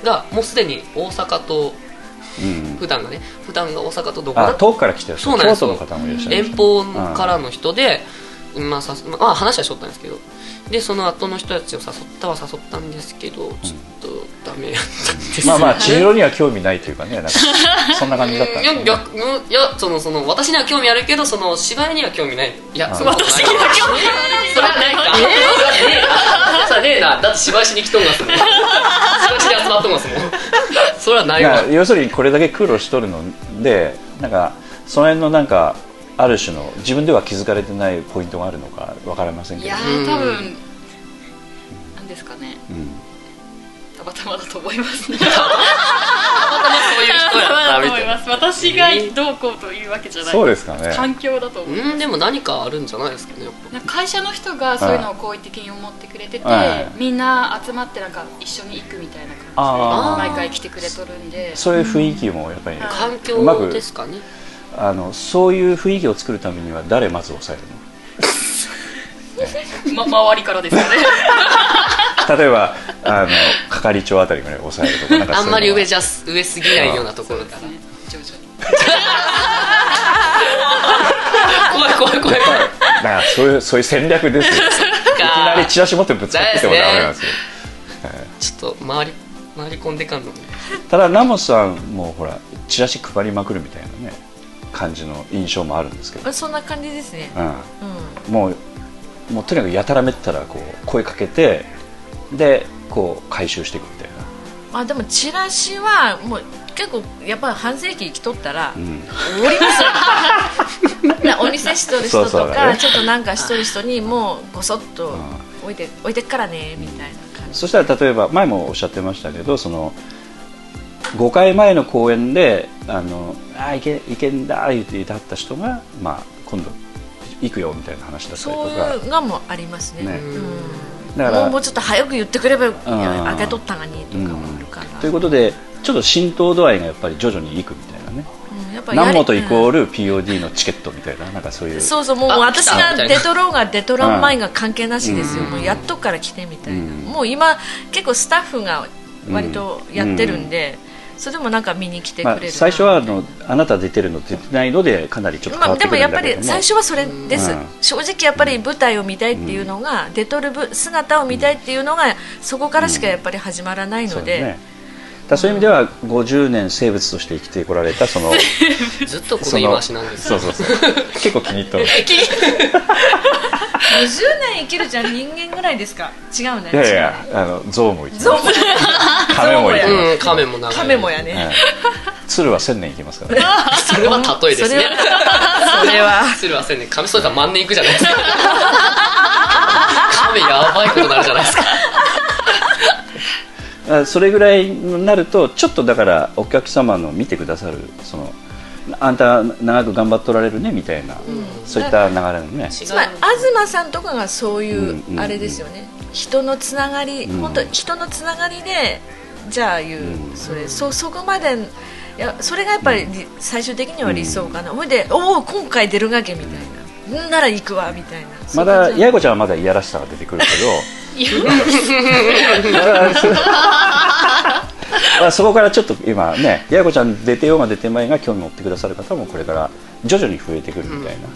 がもうすでに大阪と
うん
普段がね普段が大阪とどこだ
あ
っ
遠くから来てる
そうなんで
京
す
都の方もいらっしゃる
遠方からの人で、まあ、さすまあ話はしょったんですけどでその後の人たちを誘ったは誘ったんですけどちょっとダメやったんです
まあまあ
治
治
療
療には興味ないというか ねなんかそんな感じだったん
い
で
や
す
逆うん
よね
いやそのその私には興味あるけどその芝居には興味ないいや
あ
その私には興味ないそれはないかそれはねえなだって芝居しに来とんが すもん芝居しに集まっとんがすもんそれはないいわ
や要するにこれだけ苦労しとるのでなんかその辺のなんかある種の自分では気づかれてないポイントがあるのかわかりません
い
けど
や
うん
ー多分なんですかね
うん
たまたまだと思いますね
そういう 人やったみたいな
す私がどうこうというわけじゃない、
そうですかね
環境だと思う、
うんでも何かあるんじゃないですかねやっぱ
なんか会社の人がそういうのを好意的に思ってくれてて、
はい
みんな集まってなんか一緒に行くみたいな感じで
あー
毎回来てくれとるんで
そういう雰囲気もやっぱり、
はい
環
うまく
境ですかね
あのそういう雰囲気を作るためには誰まず抑えるの
ま周りからですよね
例えばあの係長あたりぐらい抑えるとかなんか
あんまり上
じ
じゃ上すぎないようなところから
徐々に
怖い怖い怖い怖い
ゃなんかそういうそういう戦略ですよいきなりチラシ持ってぶつかってきてもダメなんですよ
ちょっと回り回り込んでかんのに
ただナモさんもほらチラシ配りまくるみたいなね感じの印象もあるんですけど、
あそんな感じですね。
う
うん
ん、もうもうとにかくやたらめったらこう声かけてでこう回収していくみたい
まあでもチラシはもう結構やっぱり半世紀生きとった ら、
な、うん、
おりますよなお店しとる人と
そうそうだ
か
ね
ちょっとなんかしとる人にもうごそっと置いて置いてっからねみたいな感じ
そしたら例えば前もおっしゃってましたけどその5回前の公演で「あのあーいけいけんだ」言っていたった人が、まあ、今度行くよみたいな話だったり
そう
とか
いうのがもありますねう
ね
ん
だか
もう
ら
もうちょっと早く言ってくればいや
ん
開けとったがにとかもあるから、
ということでちょっと浸透度合いがやっぱり徐々にいくみたいなね
うんやっぱやり
南本イコール POD のチケットみたいななんかそういう
そうそうもう
あ
私
来た
が
みたいな
出とろうが出とらん前が関係なしですよ、もうやっとから来てみたいな、もう今結構スタッフが割とやってるんで、それでもなんか見に来てく
ま
れ
あ
るな、、
最初はあのあなた出てるの出てないのでかなりちょっと変
ま
わ
あ、
って
で
く
も
る
や
ん
っ
だ
ぱ
けど
り
も
最初はそれです、
うん
正直やっぱり舞台を見たいっていうのが、出とるぶ姿を見たいっていうのがそこからしかやっぱり始まらない
そ
の
う
で、
だねだからそういう意味では50年生物として生きてこられたその
ずっとこの言い回しなんです
そうそうそう結構気に入 ったの
20年生きるじゃん人間ぐらいですか違うね
いやいや、あの象も行きます。亀も行きま
うん亀も長い
カメもや
す。は
ね、
い鶴は千年行きますからね。
それは例えですね
それはそれは
それはせんね亀そうだったら万年いくじゃないですか亀やばいことになるじゃないですか
あそれぐらいになるとちょっとだからお客様の見てくださるそのあんた長く頑張っとられるねみたいな、そういった流れのね。
つまり東さんとかがそうい
うんうんう
うんあれですよね、人のつながり、
うん
本当人のつながりでじゃあいう、それそそこまでいやそれがやっぱりり最終的には理想かな、ほいでおお今回出るがけみたいな、ん、なら行くわみたいな
まだ八重子ちゃんはまだいやらしさが出てくるけど。だからそまあそこからちょっと今ね八重子ちゃん出てようが出てまいが興味持ってくださる方もこれから徐々に増えてくるみたいな、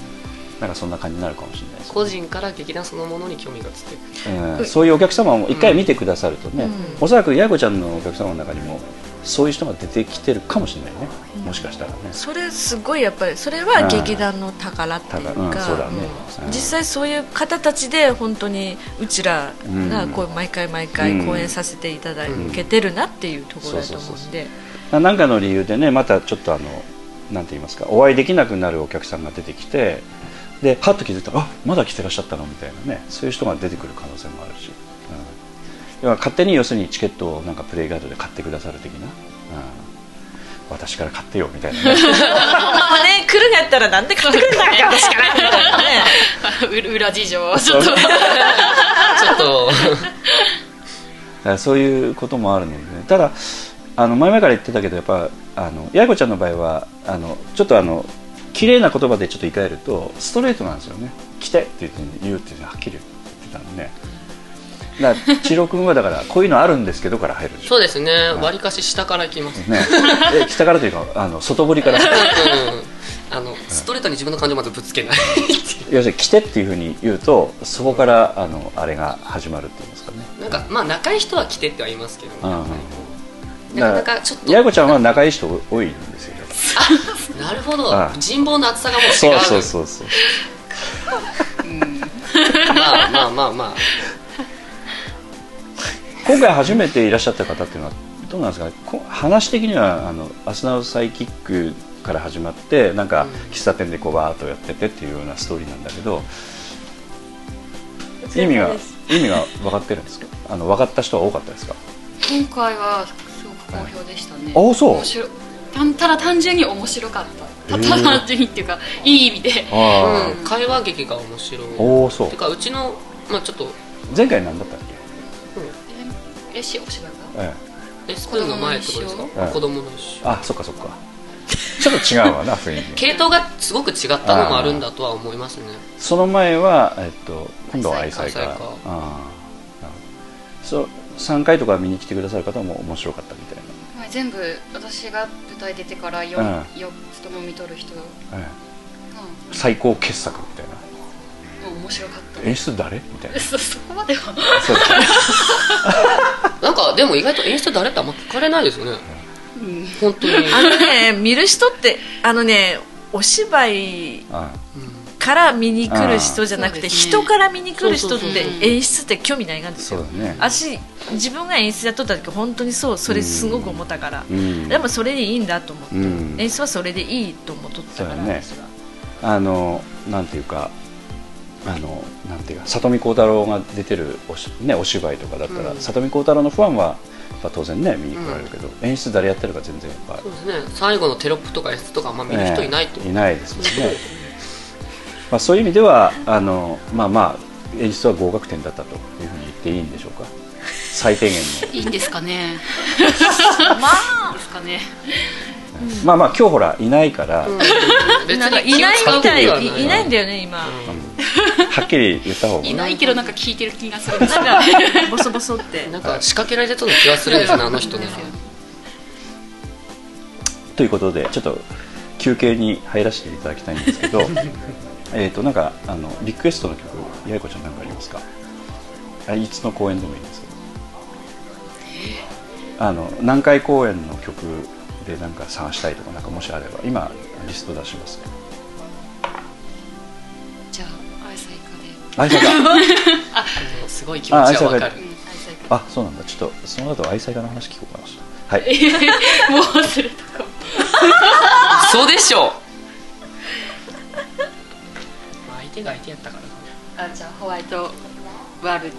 なんかそんな感じになるかもしれないですね
個人から劇団そのものに興味が移ってくる
うんそういうお客様も一回見てくださるとね、おそらく八重子ちゃんのお客様の中にもそういう人が出てきてるかもしれないねもしかしたらね
それすごいやっぱりそれは劇団の宝っていうか、
うんそうだね
うん
うん
実際そういう方たちで本当にうちらがこう毎回毎回公演させていただい
うん
ててるなっていうところだと思
そうそう
う
そ
ん
う
で
ななんかの理由でねまたちょっとあのなんて言いますかお会いできなくなるお客さんが出てきてではっと気づいたらあまだ来てらっしゃったのみたいなねそういう人が出てくる可能性もあるし、うん、要は勝手に要するにチケットをなんかプレイガードで買ってくださる的な、うん、私から買ってよみたいな、ね、
まあね来るんやったらなんで買ってくんなきゃ私からみたい なね
う裏事情をちょっと
ちょっと
だからそういうこともあるので、ね、ただあの前々から言ってたけどやっぱあの八重子ちゃんの場合はあのちょっとあの綺麗な言葉でちょっと言い換えるとストレートなんですよね「来て」って言って言うっていうのははっきり言ってたんでねだから千尋君はだからこういうのあるんですけどから入るでしょ
そうですねわりかし下から行きます
ねえ下からというかあの外堀から
うんあのストレートに自分の感情をまずぶつけない
要するに「来て」っていうふうに言うとそこからあのあれが始まるっていうんですかね
なんかまあ仲いい人は来てっては言いますけど、
う
やっ
ん
ぱりな
だら
かなかちょっと
八重子ちゃんは仲いい人多いんですよ
なるほど
ああ
人望の厚さがもう違う
そうそうそうそう
まあまあまあまあ
今回初めていらっしゃった方っていうのはどうなんですかこ話的にはあのアスナウサイキックから始まってなんか喫茶店でこうバーっとやっててっていうようなストーリーなんだけど意味が意味が分かってるんですかあの分かった人は多かったですか
今回はすごく好評でしたね
あそう
面白いたんただ単純に面白かったただ単純にっていうか、いい意味で
あ
うん、会話劇が面白い
おおそう
てかうちのまあちょっと
前回何だったっ
えしお芝居
け、
が
え
えスプーンの前ってことですか
うん
子供の一
え
緒
あそっかそっかちょっと違うわな雰囲気
系統がすごく違ったのもあるんだとは思いますね
その前は、えっと、今度は愛
愛
妻
妻
家
家
ああなるほどそう3回とか見に来てくださる方も面白かったみたい
はい全部私が舞台出てから 4,、
うん
4つとも見とる人が、
な、ええ
う
最高傑作みたいなん
面白かった
演出誰みたいな
そそこまでは
そうだね
なんかでも意外と演出誰ってあんま聞かれないですよね、本当に
あのね見る人ってあのねお芝居
あ
考から見に来る人じゃなくて、
あー
人から見に来る人っ
そう
て
そうそう
演出って興味ないがんです
そう
よ
だ。ね
私自分が演出やっとった時本当にそうそれすごく思ったから、
うん
でもそれでいいんだと思って、
うん
演出はそれでいいと思っとったから
そうだね
私は
あのなんていうかあのなんていうか里見幸太郎が出てるお,、ね、お芝居とかだったら、
うん
里見幸太郎のファンはやっぱ当然ね見に来られるけど、演出誰やってるか全然やっぱ
そうですね最後のテロップとか演出とかあんま見る人いないと思
ね
う、
いないですもんね まあそういう意味ではあのまあまあ演出は合格点だったというふうに言っていいんでしょうか最低限の
いいんですかね まあですかね
まあまあ今日ほらいないから、
うん
は
別
なんか
に
いないみたい
気を使うことはない
いないんだよね今、
っきり言った方が
いないけどなんか聞いてる気がするなんか
ボソボソって
なんか仕掛けられてたの気がするんですねあの人なら
ということでちょっと休憩に入らせていただきたいんですけどえっとなんかあのリクエストの曲八重子ちゃんなんかありますかあいつの公演でもいいですよあの南海公演の曲でなんか探したいとかなんかもしあれば今リスト出します
じゃあ愛妻家で
愛妻家
すごい気持ちはわかる
うん愛妻家
あそうなんだちょっとその後愛妻家の話聞こうかなはい
もう忘れたかも
そうでしょう相手が相手やったからな
あじゃあホワイトワルツ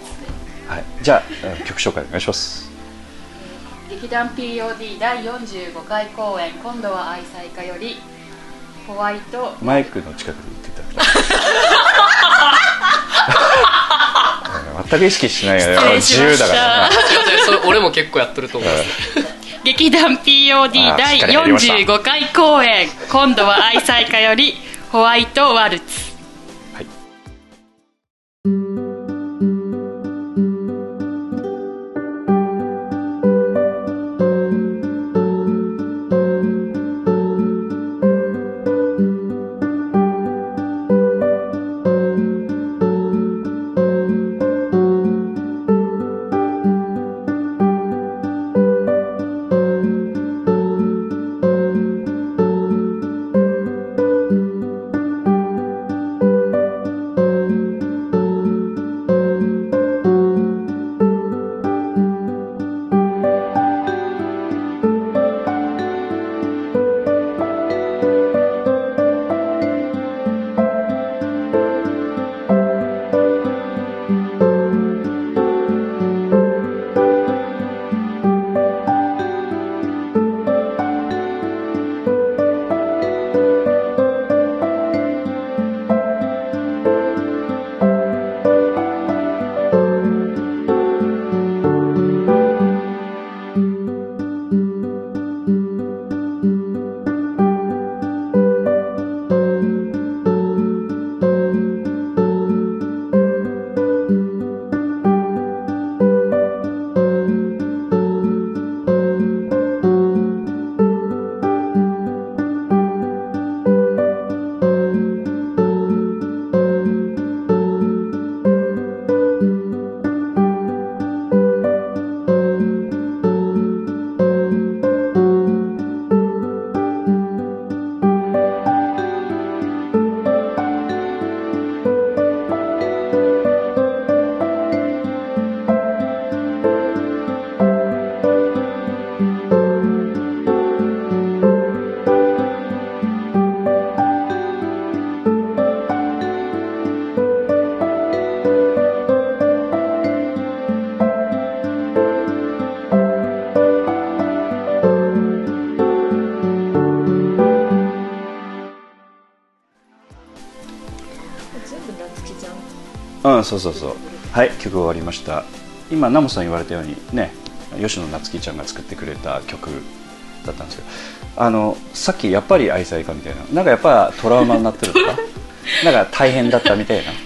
はい、じゃあえー曲紹介お願いします。
で劇団 POD 第45回公演今度は愛妻家よりホワイト
マイクの近くで言っていただきたい。えー全く意識しないよね。自由だからね。
それ俺も結構やってると思います
劇団 POD
あー
第
しっかりやりました
45回公演今度は愛妻家よりホワイトワルツ
うん、そうそうそう。はい、曲終わりました。今ナモさん言われたようにね、吉野夏樹ちゃんが作ってくれた曲だったんですけど、あのさっきやっぱり愛妻家みたいな、なんかやっぱトラウマになってる とか、なんか大変だったみたいな。
ま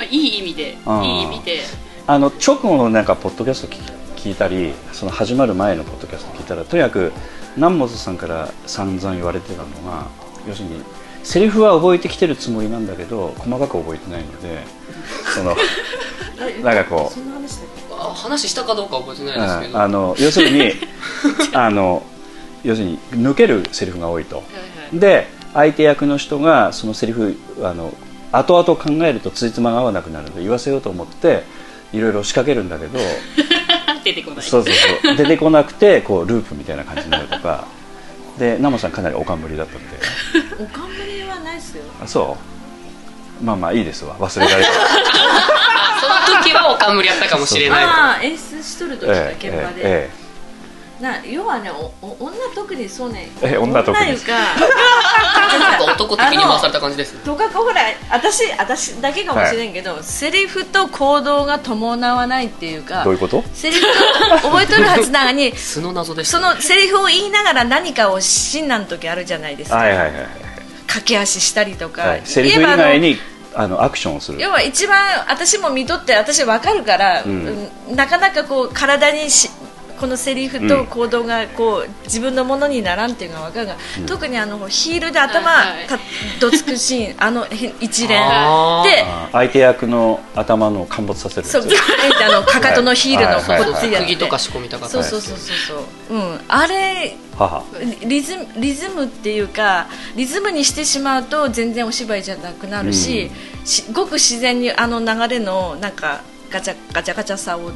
あいい意味でいい
あー
意味で
あの直後のなんかポッドキャスト聞き聞いたりその始まる前のポッドキャスト聞いたらとにかく南本さんから散々言われてたのが要するにセリフは覚えてきてるつもりなんだけど細かく覚えてないのでそのなんかこう
あ話したかどうかは覚えてないですけ
うん
ど
あの要するに あの要するに抜けるセリフが多いと。で相手役の人がそのセリフあの後々考えるとついつまが合わなくなるので言わせようと思っていろいろ仕掛けるんだけど
出てこない
そうそうそう出てこなくてこうループみたいな感じになるとかでナモさんかなりおかんぶりだったんで
おかんぶりはないですよ
あそうまあまあいいですわ忘れられた
その時はおかんむりやったかもしれない
ああ演出しとる時だ
ええ
現
え
場で、
えええ
な要はねおお女特にそうね
え女特に
いうか
なんか男的に回された感じですね
とかこほら私私だけかもしれんけど、セリフと行動が伴わないっていうか
どういうこと
セリフと覚えとるはずなの に
素の謎でした
そのセリフを言いながら何かをしんなん時あるじゃないですか、
はいはいはいはい、
駆け足したりとか、
はい、セリフ以
言えばあの
外にあのアクションをする
要は一番私も見とって私わかるから、
ん
うんなかなかこう体にしこのセリフと行動がこう自分のものにならんっていうのがわかるが、特にあのヒールで頭
はい
たどつくシーンあのへ一連
あー
で
あ相手役の頭の陥没させる
そう
やつ
あのかかとのヒールの
はいはいはい
こっちやっ
釘
て
とか仕込みたかった
そう
です
そうそうそうそう、うん、あれ
母
リズムリズムっていうかリズムにしてしまうと全然お芝居じゃなくなるし,し、ごく自然にあの流れのなんかガチャガチャガチャさを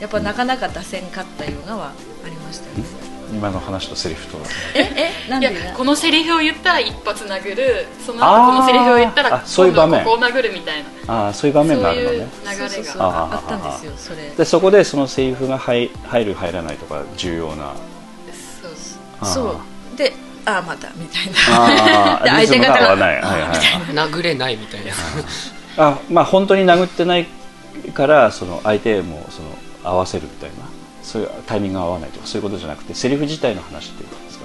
やっぱなかなか出せんかったいうのはありましたよね。
今の話とセリフと
ええなんで
いや
言うの
このセリフを言ったら一発殴るその
あー
後このセリフを言ったら
あそういう
今度
場面
はここを殴るみたいな
ああそういう場
そう
面がある
い
の
う流
ね
れが
そうそうそう
ああ
あったんですよそれ。
でそこでそのセリフが入入る入らないとか重要な
そうそう
あー
そうでああまたみたい
あ
な
あ
で
リズムが合わ
い
ないはいはい
殴れないみたいな
あまあ本当に殴ってないからその相手もその合わせるみたいなそういうタイミングが合わないとかそういうことじゃなくてセリフ自体の話っていうことですか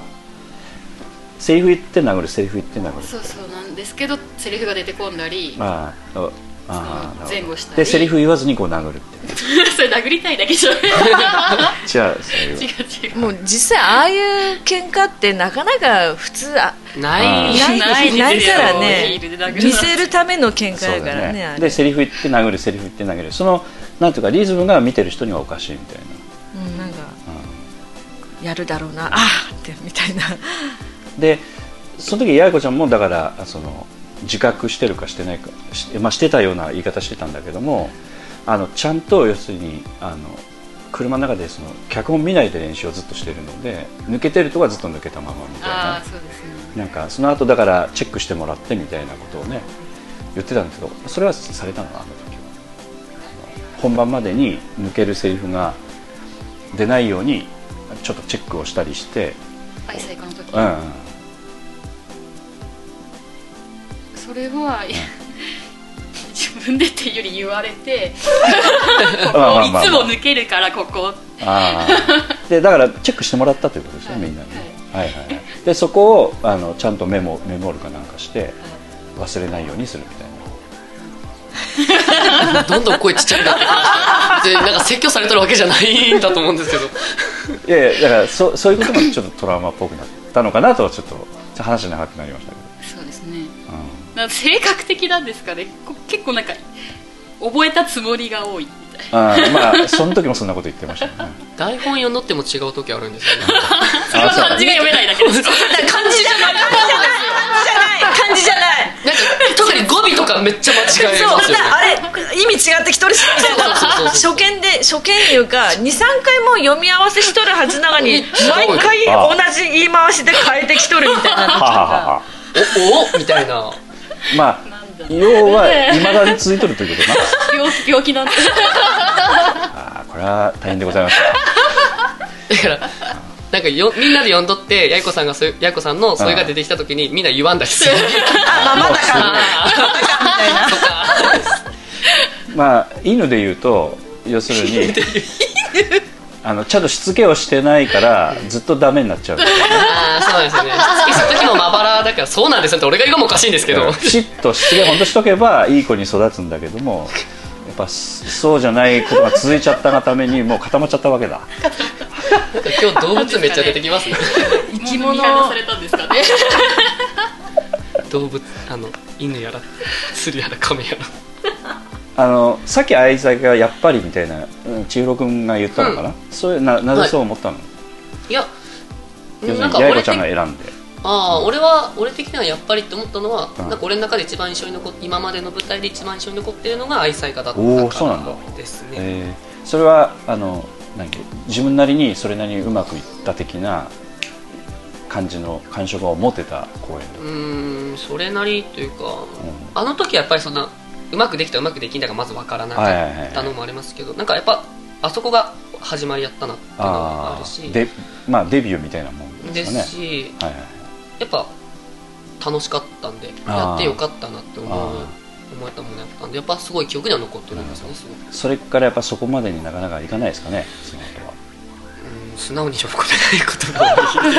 セリフ言って殴るセリフ言って殴る
そうそうなんですけどセリフが出てこんだり そ
ああああ
その前後したり
でセリフ言わずにこう殴るみたい
れ殴りたいだ けじゃない
なじゃあそう いう
違う違う
もう実際ああいう喧嘩ってなかなか普通あ
ない
あ
ない
ない
な
で
い
す
か
よ
ら
ヒー
ね
ルで殴るなんて
見せるための喧嘩やからねあれ
でセリフ言って殴るセリフ言って殴るそのなんていうかリズムが見てる人にはおかしいみたいな
うん、なんか、やるだろうなあーってみたいな
でその時八重子ちゃんもだからその自覚してるかしてないかし,、まあ、してたような言い方してたんだけどもあのちゃんと要するにあの車の中でその脚本見ないで練習をずっとしてるので抜けてるとこはずっと抜けたままみたい
あ
な
あそうですね
なんかその後だからチェックしてもらってみたいなことをね言ってたんですけどそれはされたのあの時は本番までに抜けるセリフが出ないようにちょっとチェックをしたりして、
愛妻家の時、
うん、
それはいや自分でっていうより言われてここ
まあまあ
い
まあ
つも抜けるからここ
ああでだからチェックしてもらったということですね、みんなに、はいはいはい、でそこをあのちゃんとメモメモるかなんかして忘れないようにするみたいな
どんどん声ちっちゃくなってきましたでなんか説教されてるわけじゃないんだと思うんですけど
いやいやだからそそういうこともちょっとトラウマっぽくなったのかなとちょっと話長くなりましたけ
そうですね
ど、うん
なんか性格的なんですかねこ結構なんか覚えたつもりが多いみたい
あーまあその時もそんなこと言ってましたよね
台本読んどっても違う時あるんですよね
あ
な漢字が読めないだけです
感じじゃない感じじゃない
なんか特に語尾とかめっちゃ間違
感じ
え
じゃない
ま
そう
すよね
だあれ意味違って一人知ってた
そうそうそ
初見で初見いうか23回も読み合わせしとるはずなの に毎回同じ言い回しで変えてきとるみたいな
はははは
おおみたいな
まあ要はいまだに続いとるということな
病気病気なんで
あーこれは大変でございました
だからなんかよみんなで呼んどってやいこさんがそういうやいこさんのそれが出てきた時にみんな言わんだりする
あまあまだか
まあ犬で言うと要するにあのちゃんとしつけをしてないからずっとダメになっちゃう
ああそうなんですよねしつけした時のまばらだからそうなんですよって俺が言うのもおかしいんですけど
ピシッとしつけ本当しとけばいい子に育つんだけどもやっぱそうじゃないことが続いちゃったがためにもう固まっちゃったわけだ
なんか今日動物めっちゃ出てきますね
生き物されたんですかね
動物あの犬やら鶴やら亀やら
あのさっき愛妻がやっぱりみたいなうん千尋君が言ったのかな、そういうななぜそう思ったの、
いや
要する
なん
に
か
八
俺
重子
的
ちゃんが選んで
ああ俺は俺的にはやっぱりって思ったのは、
うん
なんか俺の中で一番印象に残っ今までの舞台で一番印象に残っているのが愛妻家だった
おー
か
そうなんだ
らですね、
えーそれはあの何自分なりにそれなりにうまくいった的な感じの感触を持てた公演
うーんそれなりというか、あの時はやっぱりそんなうまくできたうまくできんだがまずわからな
はいはい
か
は
っ
い
たのもありますけど、なんかやっぱあそこが始まりやったなっていうのがあるし
ーでまあデビューみたいなもんで
です
かね
し
はいはい
やっぱ楽しかったんで
あー
やってよかったなって思う
あ
思えたものやったんでやっぱすごい記憶には残ってるんですねすごく
それからやっぱそこまでになかなかいかないですかねその後は
うん素直にしょこえないことが多い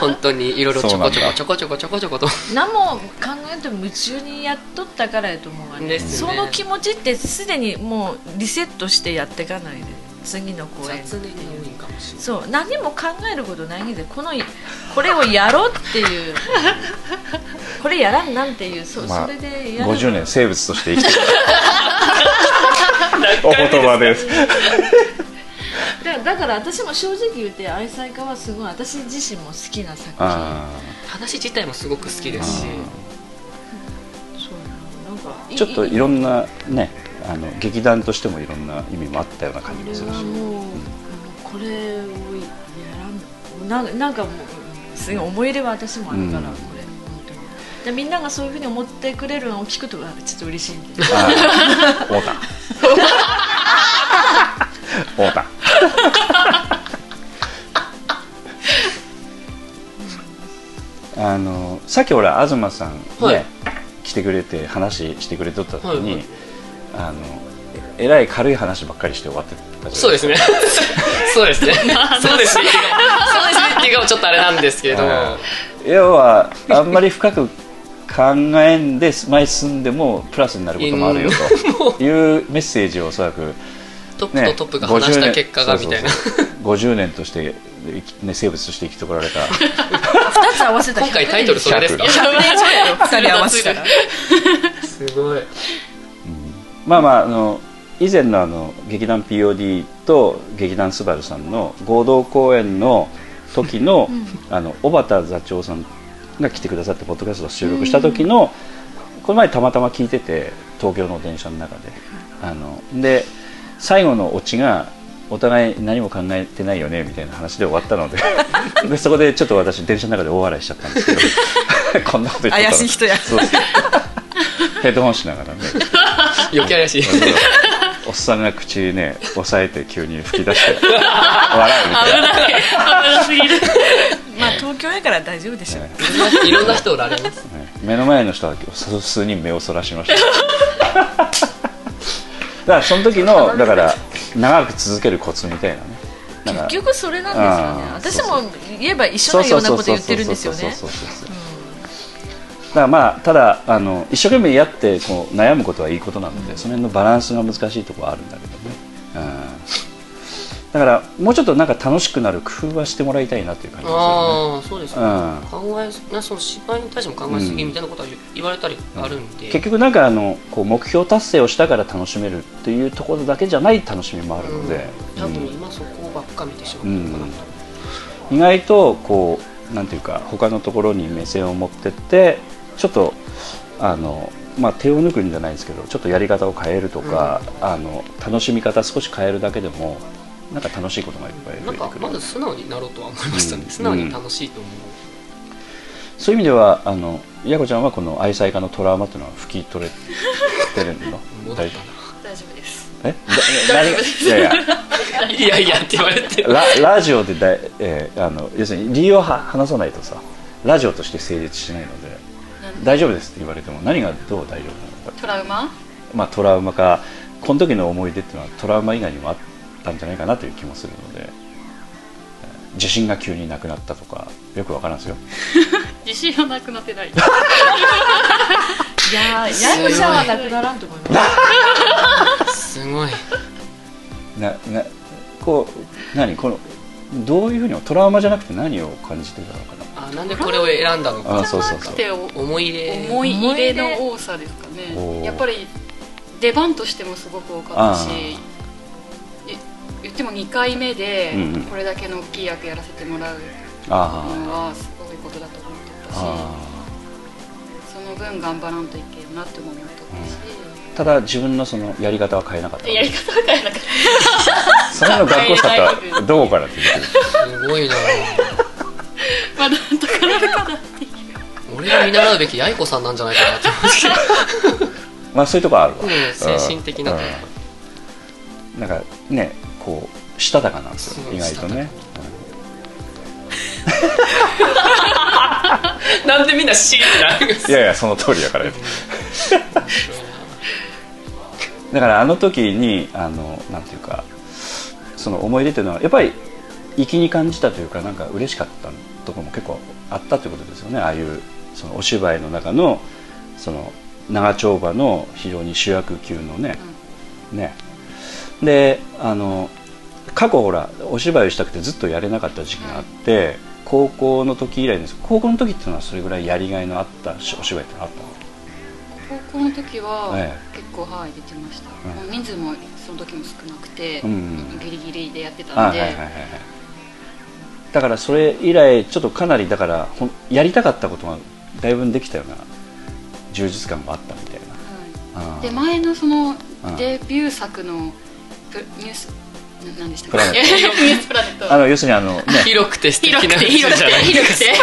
本当にいろいろちょこちょこちょこちょこちょこちょこちょこちょこちょこちょこちょこと
何も考えても夢中にやっとったからやと思うわね
ですね
その気持ちってすでにもうリセットしてやっていかないで次の公演
雑念が多いかもしれない
そう何も考えることないんでこのこれをやろうっていうこれやらんなんていうそ,、
まあ
それでやる
50年生物として生きてる お言葉です
だだから私も正直言って愛妻家はすごい私自身も好きな作品
あ
話自体もすごく好きですし
そうなのなんか
ーちょっとい
い
ろんなねあの劇団としてもいろんな意味もあったような感じもす
これ
る
は
し
もうあのこれをやらんななんかもうすごい思い入れは私もあるから、
うん
これ本当にでみんながそういうふうに思ってくれるのを聞くとあちょっと嬉しいんで
あーオー タンオータンあのさっきほら東さんね、
はい
来てくれて話してくれとった時に、
はいはい
あのええらい軽い話ばっかりして終わってたじゃない
そうですね。そうですね。そうですね。そうですねっていうかもちょっとあれなんですけれども、
はい要はあんまり深く考えんで前進んでもプラスになることもあるよ というメッセージをおそらく
トップ
ね
とトップが話した結果がみたいな。
そうそうそう50年として、ね、生物として生きてこられた
2つ合わせたら
今回タイトルそれですか。
二人合わせたら
すごい。
まあまああの以前のあの劇団 POD と劇団スバルさんの合同公演の時のあの小畑座長さんが来てくださってポッドキャストを収録した時のこの前たまたま聞いてて東京の電車の中であので最後のオチがお互い何も考えてないよねみたいな話で終わったの ででそこでちょっと私電車の中で大笑いしちゃったんですけど こんなこと言ってたの
怪しい人や
そうヘッドホンしながらね
余計怪しい。
おっさんが口ね押さえて急に吹き出して笑うみたいな
まあ東京やから大丈夫でしょう、
いろんな人おられます。
目の前の人は数数人目をそらしましただ からその時のだから長く続けるコツみたいなねなんか
結局それなんですよね
あー
私も言えば一緒のようなこと言ってるんですよ
そう
ね
そうそうそうそうそうだからまあただあの一生懸命やってこう悩むことはいいことなので、その辺のバランスが難しいところはあるんだけどね、うん、だからもうちょっとなんか楽しくなる工夫はしてもらいたいなという感じですよね
ああ、そうですね。
うん
考えす、なその芝居に対しても考えすぎみたいなことは言われたりあるんで。
結局なんかあのこう目標達成をしたから楽しめるっていうところだけじゃない楽しみもあるので、
多分今そこばっか見てしまうのかなと。
意外とこうなんていうか他のところに目線を持ってってちょっとあの、まあ、手を抜くんじゃないですけどちょっとやり方を変えるとか、あの楽しみ方少し変えるだけでもなんか楽しいことがいっぱい
な
増
ん
えて
か
くる
まず素直になろうとは思いましたね。
うん
素直に楽しいと思う。
そういう意味ではあのやこちゃんはこの愛妻家のトラウマっていうのは拭き取れてる の
戻
大
っ
丈夫
大丈夫です
え だ何がいや
たな。いやい
いや
やって言われて。
ララジオでだい、えーあの要するに理由をは話さないとさラジオとして成立しないので大丈夫ですって言われても何がどう大丈夫なのか、
トラウマ
まあ、トラウマかこの時の思い出っていうのはトラウマ以外にもあったんじゃないかなという気もするのでえー自信が急になくなったとかよくわからんですよ
自信はなくなって ない
いやー八重子ちゃんはなくならんと思います
すごい。
ななこう何このどういうふうにトラウマじゃなくて何を感じてたのかな
あ、なんでこれを選んだの
あ
か
ー。そうそうそう
手を
思い入れ。
思い入れの多さですか
おー
ねやっぱり出番としてもすごく多かった
あ
しい言っても2回目で
うんうん
これだけの大きい役やらせてもらう
あ
のはすごい
ことだと思ってたし
あ
その分頑張らんといけんなっても思っとったし、
ーただ自分のそのやり方は変えなかった
やり方が変えなかった
それの学校しかっ
変え
たらどこからって言ってる
すごい な
まあなんとかなるかな
俺が見習うべき八重子さんなんじゃないかなって思いますけど
まあそういうとこあるわ、
うん精神的なとこ
うんなんかねこうしたたかなんですよ
そう
意外とね
なんでみんな知りたい
いやいやその通りだからよだからあの時にあのなんていうかその思い出っていうのはやっぱり粋に感じたというかなんか嬉しかったところも結構あったということですよねああいうそのお芝居の中のその長丁場の非常に主役級のね、ねであの過去ほらお芝居をしたくてずっとやれなかった時期があって高校の時以来です高校の時っていうのはそれぐらいやりがいのあったしお芝居ってのはあったの
高校の時は
え
結構はい出てました、
う
人数もその時も少なくて、
うんうん
ギリギリでやってた
あ
んで、
はいはいはいはいだからそれ以来ちょっとかなりだからほんやりたかったことがだいぶできたような充実感もあったみたいな
はい
あー
で前のその
うん
デビュー作のプニュースな何でした
プ
か
ラネッ
ニュースプラネット
トあの要するにあのね
広くて素敵
広
な
くて
宇宙
広く
じ
て
ゃない
広くて
女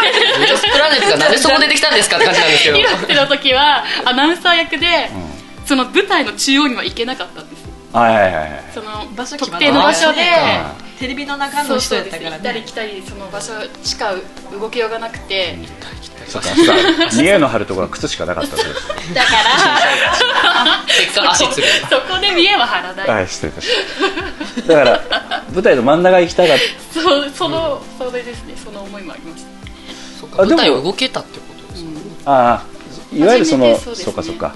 子プラネッ トがなんでそこでできたんですかって感じなんですけど
広くての時はアナウンサー役で、
うん
その舞台の中央には行けなかったんです
はいはいはいはい
その
場所決まっ
特
て
定
る
の場所で
あ
テレビの中
そ
の
う
人
そ
や
う
っ
です
たか
行
ら
ったり
ね
来たりその場所しか動きようがなくて
そっかそっか逃げの張るところは靴しかなかったです
だか
結果足つる
らそこで見えは張らない、
はい失礼いたしましただから舞台の真ん中行きたかっ
そうその、それですねその思いもありました
そっ
あ
か
でも
舞台を動けたってことですか
ああいわゆるその
初めてそうですね
っかそっか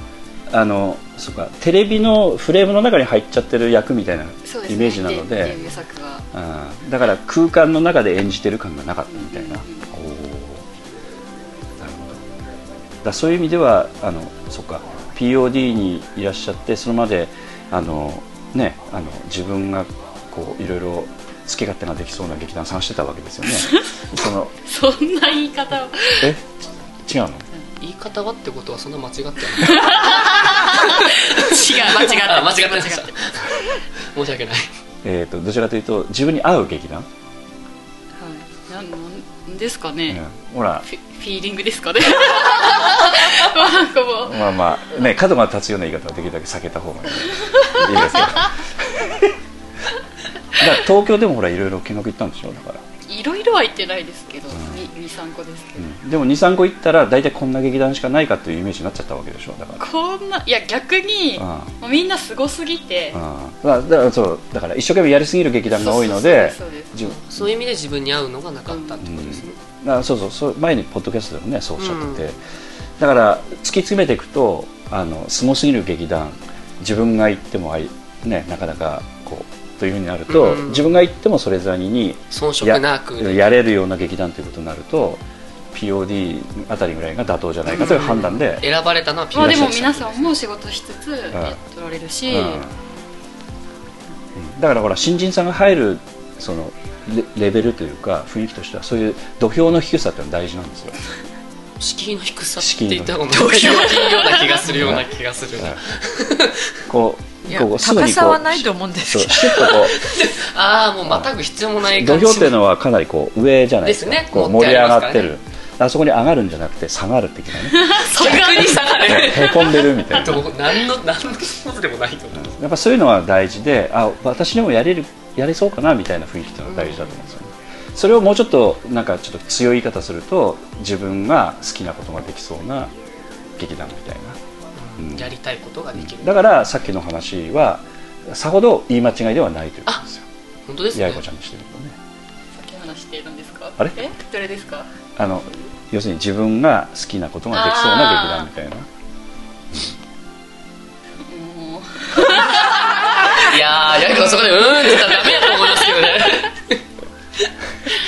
あのそっかテレビのフレームの中に入っちゃってる役みたいなイ
そうですね
メージなの
デ
で
ビュー作は
あーだから空間の中で演じてる感がなかったみたいな、おーなるほどだそういう意味ではあのそっか POD にいらっしゃってそれまであの、ね、あの自分がこういろいろ好き勝手ができそうな劇団探してたわけですよねその
そんな言 い方を
え違うの
言い方はってことはそんな間違ってない
違う間違った
あ間違ってました申し訳ない
えー、とどちらかというと自分に合う劇団、
いなんなんですか
うん
ね、
ほら
フィフィーリングですかね まあなんかもう
まあまあね角が立つような言い方はできるだけ避けた方が いいいいですよだから東京でもほらいろいろ見学行ったんでしょだから、
いろいろは言ってないですけど23個ですけど
うんでも23個行ったら大体こんな劇団しかないかというイメージになっちゃったわけでしょだから
こんないや逆に
あ
もうみんなすごすぎて
ああだからそうだから一生懸命やりすぎる劇団が多いので
そうそうそうです
自分
そういう意味で自分に合うのがなかったってことですね、
あそうそうそう前にポッドキャストでもねそうおっしゃってて、だから突き詰めていくとあのすごすぎる劇団自分が行ってもあい、ね、なかなかこうというふうになると、
うん
自分が行ってもそれなりに
遜色
や
なく
やれるような劇団ということになると POD あたりぐらいが妥当じゃないかという判断で、
選ばれたのはピ
ま
ア
あ
ノ
で
で
も
す
皆さんも仕事しつつやっておられるし、
うんうんだからほら新人さんが入るそのレレベルというか雰囲気としてはそういう土俵の低さっていうのが大事なんですよ。
敷居の低さ
敷
って
居
言
の
っ
低
た
さ
方が難しいような気がするような気がするな
こ
いうや
こうすぐにこう
高さはないと思うんです
そう
けど
シュッと こ
ああもうまたぐ必要もな
う
い
土
感じ
俵っていうのはかなりこう上じゃないですか
ですね
こう
持っ
盛
て
り
あ
上
ります
がっ
から
て
ね
る、あそこに上がるんじゃなくて下がる的な ね
逆に下がる
へこんでるみたいな
どう何の何のことでもないと思う
やっぱそういうのは大事であ私でもやれるやれそうかなみたいな雰囲気っていうのが大事だと思うんですよね、それをもうちょっとなんかちょっと強い言い方すると自分が好きなことができそうな劇団みたいな、うん
やりたいことができる
だからさっきの話はさほど言い間違いではないということですよ
本当です
八
ね
重子ちゃんにしてみるとね
先話してるんですか
あれ
えどれですか
あの要するに自分が好きなことができそうな劇団みたいな
もう
いやーやりこそこでうーんって言ったらダメだと思いますけどね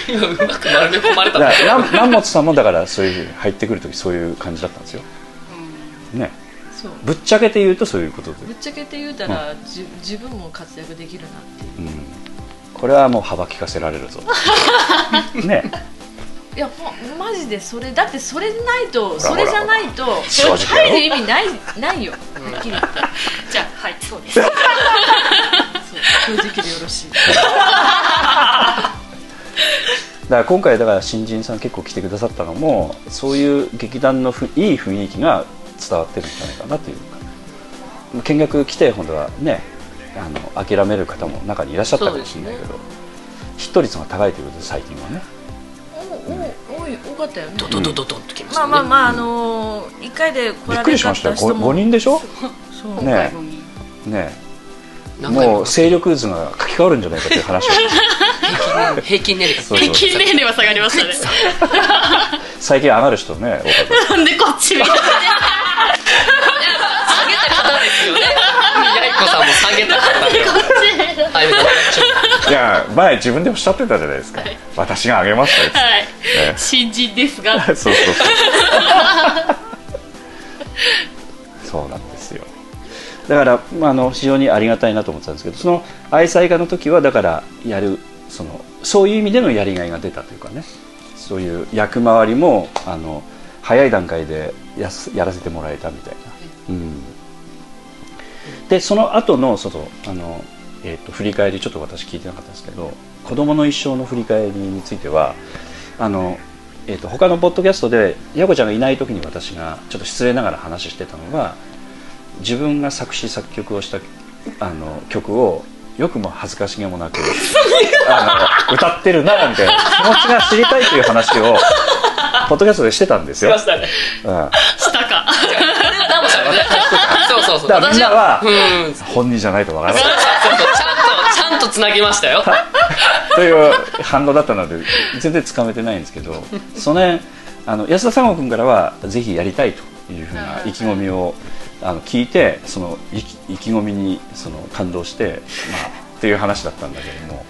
今うまく丸め込まれた
だかららん南本さんもだからそういう入ってくる時そういう感じだったんですよ、ね
そう
ぶっちゃけて言うとそういうことで
ぶっちゃけて言うたら、じ自分も活躍できるなっていう
うんこれはもう幅利かせられるぞね
いやもうマジでそれだってそれないとそれじゃないと
正直だよ
入る意味ないないよはっきり言って
じゃあはいそうです
そう正直でよろしい
だから今回だから新人さん結構来てくださったのもそういう劇団のふいい雰囲気が伝わってるんじゃないかなというか見学来て本当はねあの諦める方も中にいらっしゃったかもしれないけど、ヒット率が高いということで最近はね
おおおい多かったよね
ドドドドドンときまし
ま
た
あ
ね
まあまああのー、1回で来
びっ
ら
く
れ
りし
ちゃ
ま
っ
した
た
よ 5,
人も
人でしょ
そう
今回五人
ねえ
何回
も
も
う勢力図が書き換わるんじゃないかという 話を
平均年齢
そうそう
近年齢は下がりましたね
最近上がる人ね多かった
なんでこっちみ たいな
下げた方ですよねやいこさんも下げた方であやめ て
いや前自分でおっしゃってたじゃないですか、私があげましたよつっ
はい
てね
新人ですが
そうそうそうそうなんですよだから、まあ、あの非常にありがたいなと思ってたんですけどその愛妻家の時はだからやるそのそういう意味でのやりがいが出たというかねそういう役回りもあの早い段階でやすやらせてもらえたみたいな、うん、でその後のそのあの、えー、と振り返りちょっと私聞いてなかったんですけど子供の一生の振り返りについてはあの、えー、と他のポッドキャストでやこちゃんがいない時に私がちょっと失礼ながら話してたのが自分が作詞作曲をしたあの曲をよくも恥ずかしげもなくあの歌ってるなみたいな気持ちが知りたいという話をポッドキャストでしてたんですよ。
したね
うん
したか
何もしゃべらないそうそうそう
だからみんなは
うんそう
本人じゃないとわからない
そうちゃんとちゃんとつなぎましたよ
という反応だったので全然つかめてないんですけ どその辺あの安田三郷君からはぜひやりたいというふうな意気込みをあの聞いてその意気意気込みにその感動して、まあ、っていう話だったんだけど も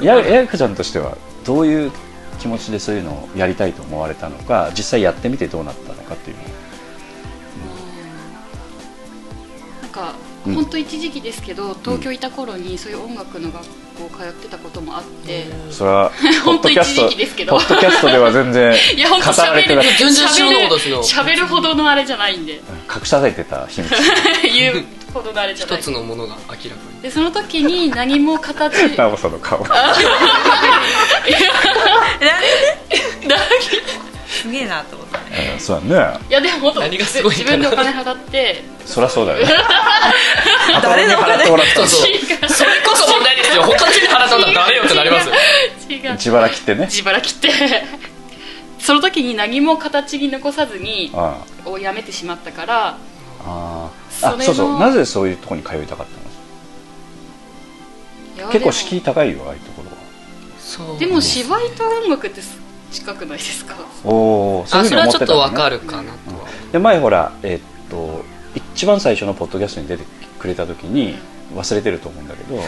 ややくちゃんとしてはどういう気持ちでそういうのをやりたいと思われたのか実際やってみてどうなったのかっていうのを
なんか
うん
本当一時期ですけど東京いた頃にそういう音楽の学校通ってたこともあって
それは
本当一時期ですけど
ポッドキャストでは全然
いや本当
語られて
喋
な
る
い
全然知らなかったですよ
喋るほどのあれじゃないんで
隠されてた秘密
言うほどのあれじゃな
一
い
つのものが明らか
でその時に何も 形
ナオさんの 顔
すげえなと思ったね
うんそうだね
いやでも本当
何がすごいん
自
だろう
分でお金払って
そりゃそうだよね誰の払ってもらっ
にそうそうそれこそ問題ですよ他の人に払ったんだ誰よってなりますよ
違う
自腹切ってね
自腹切ってその時に何も形に残さずに
あ
をやめてしまったから
あ
それ
あ
の
そうそうなぜそういうとこに通いたかった
いや
の結
で
構
も
敷居高いよああいうところは
そう
でも芝居と音楽って近くないですか
おお
あそれはちょっとわか
る
るかなとは
で前ほらえっと一番最初のポッドキャストに出てくれた時に忘れてると思うんだけど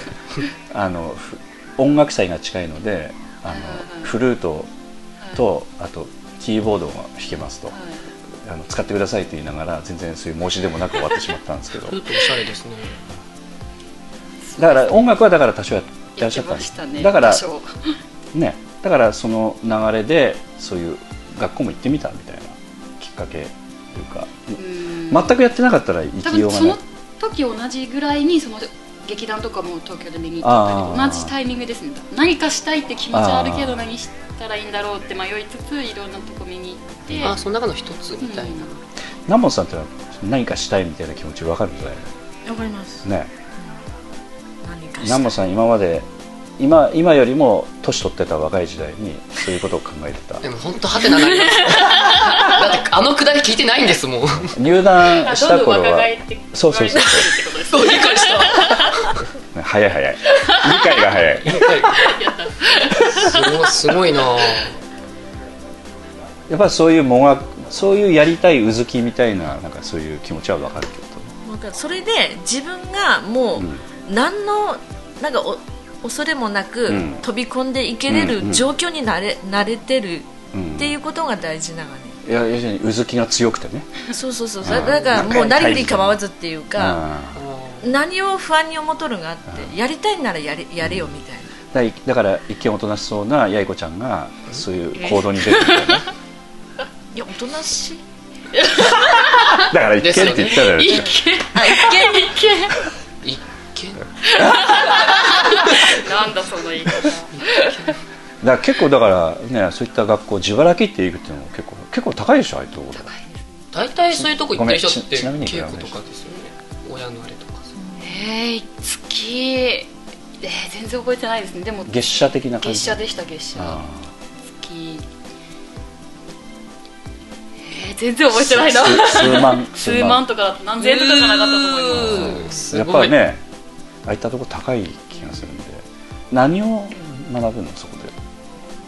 あのふ音楽祭が近いのであ
うんうん
のフルートとあとキーボードが弾けますと
はい
あの使ってくださいと言いながら全然そういう申し出もなく終わってしまったんですけ ど
ちょっとおしゃれですね
だから音楽はだから多少やってら
や
っ
っ
しゃっ
て
たん
ま
で
し
す
たね
だから
多少
ねだからその流れでそういう学校も行ってみたみたいなきっかけというか、
うん
全くやってなかったら行
多
きようが
分そ
ない
の時同じぐらいにその劇団とかも東京で見に行った
あー
り同じタイミングですね何かしたいって気持ちはあるけ
あー
ど何したらいいんだろうって迷いつついろんなとこ見に行って
あその中の一つみたいな
南本さんってのは何かしたいみたいな気持ちわかるんじゃない
わかります
のね
何か
南本さん今まで今今よりも年取ってた若い時代にそういうことを考えてた
でも本当ハテナなります だってあのくだり聞いてないんですもん
入団した頃は
って
そうそうそう
そう理解した
ね早い早い理解が早い
すごいすごいなぁ
やっぱりそういうもがそういうやりたいうずきみたいななんかそういう気持ちはわかるけど
なんかそれで自分がも
うん
う何のなんかお恐れもなく
うん
飛び込んでいけれ
うんうん
る状況になれ慣れてる
うん
っていうことが大事ながね
いや要するにうずきが強くてね
そうそうそう
うん
だだからもう
なんか
何振り構わずっていうか
あ
あ
何を不安に思っとるんがあってやりたいならやれやれよみたいな
ーだいだから一見おとなしそうな八重子ちゃんがそういう行動に出てるみたいな
いやおとなしい
だから一見って言ったら、
あ
いけ
一見
一見
なんだその言い方
だから結構だからねそういった学校自腹切っていくっていうのも結構結構高いでしょああいうところ
大体そういうとこ行ってる人っ
ごめん
て
ちちなみにいく
稽
ら
古とかですよね親のあれとかそう
えー、月
えー、全然覚えてないですねでも
月謝的な感
月
じ
謝でした月謝
あ
月えー、全然覚えてないな
あ数数万
数万とかだと何千円とかじゃなかったと思います
うんす
やっ
ご
ぱ
い
ねああいったとこ高い気がするんで何を学ぶのそこで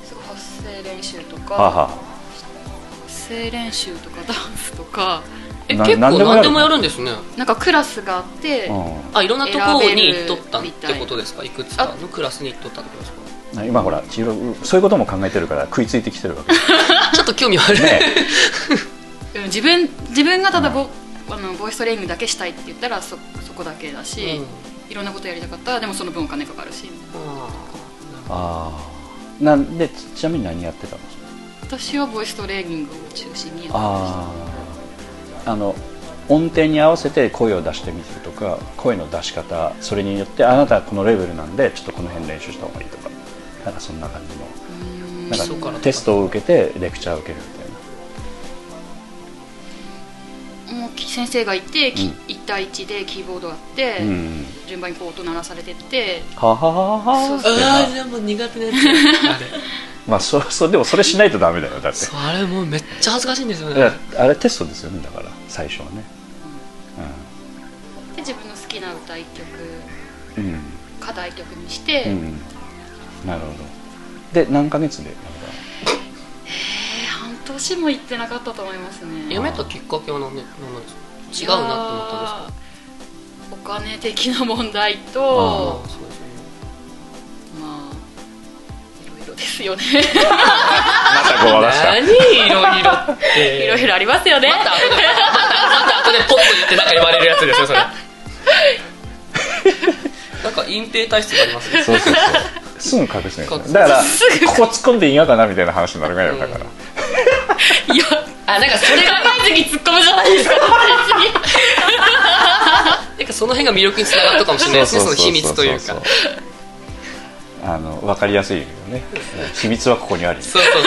そう発声練習と
はあ
か
は
発声練習とかダンスとか
え
な
結構
何でもや
何
る
でもやるんですね
なんかクラスがあって、
あうん
あいろんなとこに行っとったってことですかいくつかのクラスに行っとったってことですか
今ほらいろいろそういうことも考えてるから食いついてきてるわけです
ちょっと興味悪い、
ね
でも自分自分がただボ,、あのボイストレーニングだけしたいって言ったらそそこだけだし、
うん
いろんなことやりたかったらでもその分お金かかるし
ああなんでちなみに何やってたの
私はボイストレーニングを中心にやってま
あああの音程に合わせて声を出してみるとか声の出し方それによってあなたはこのレベルなんでちょっとこの辺練習した方がいいとかなんかそんな感じの
基礎か
なん
ら
かテストを受けてレクチャーを受けるみたいな
したもうき先生がいて、
う
き
ん
1対1でキーボードがあって、
うん
順番にこう音鳴らされてって
はははは
そう
ああでも苦手なやつあれ
まあそ そでもそれしないとダメだよだって
そうあれもうめっちゃ恥ずかしいんですよ
だ
ね
からあれテストですよねだから最初はね
で自分の好きな歌1曲
うん、うん
課題曲にして、
うん、なるほどで何ヶ月でやめ
えー半年も行ってなかったと思いますね
やめたきっかけは何で何なんですか違うなと思ったんですか
いやーお金的な問題
あ
と
そうですよね
まあいろいろですよね
たのまたごまかした
何いろいろって
いろいろありますよね、
あとでポッと言ってなんか言われるやつですよそれ なんか隠蔽体質があります ね
そうそうそう。すぐ隠すね。だ
隠す
から、ここ突っ込んでいいのかなみたいな話になるぐらいよ、だから。
いや
あなんかそれが
次突っ込むじゃないですか
なんかその辺が魅力につながったかもしれないですねその秘密というか
そうそうそうそう。あの、わかりやすいよね。秘密はここにあり。
そうそうそう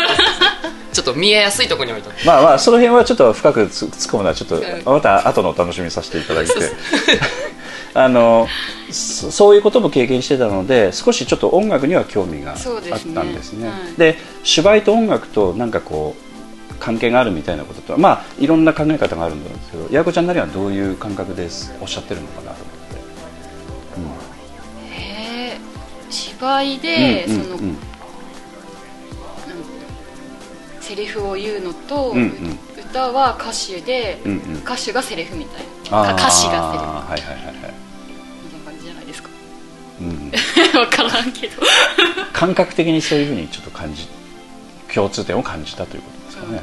ちょっと見えやすいところに置いとく
まあまあ、その辺はちょっと深くつ突っ込むのは、ちょっ
ん
と、また後のお楽しみにさせていただいて。 あのそそういうことも経験してたので少しちょっと音楽には興味があった
そ
ん
う
で
です
す
ね
ね。で
はい
芝居と音楽となんかこう関係があるみたいなこととはまあいろんな考え方があるんですけど八重子ちゃんなりはどういう感覚ですおっしゃってるのかなと思
へー 芝居
って
で、
うん
その、
うんうん
セリフを言うのと、
うんうん
歌は歌手で、
うんうん
歌手がセリフみたい
あ
な
ー
歌詞が
はいはいはいはい、
セリフみたいな感じじゃないですか
うん、
わからんけど
感覚的にそういうふうにちょっと感じ共通点を感じたということですかね。うん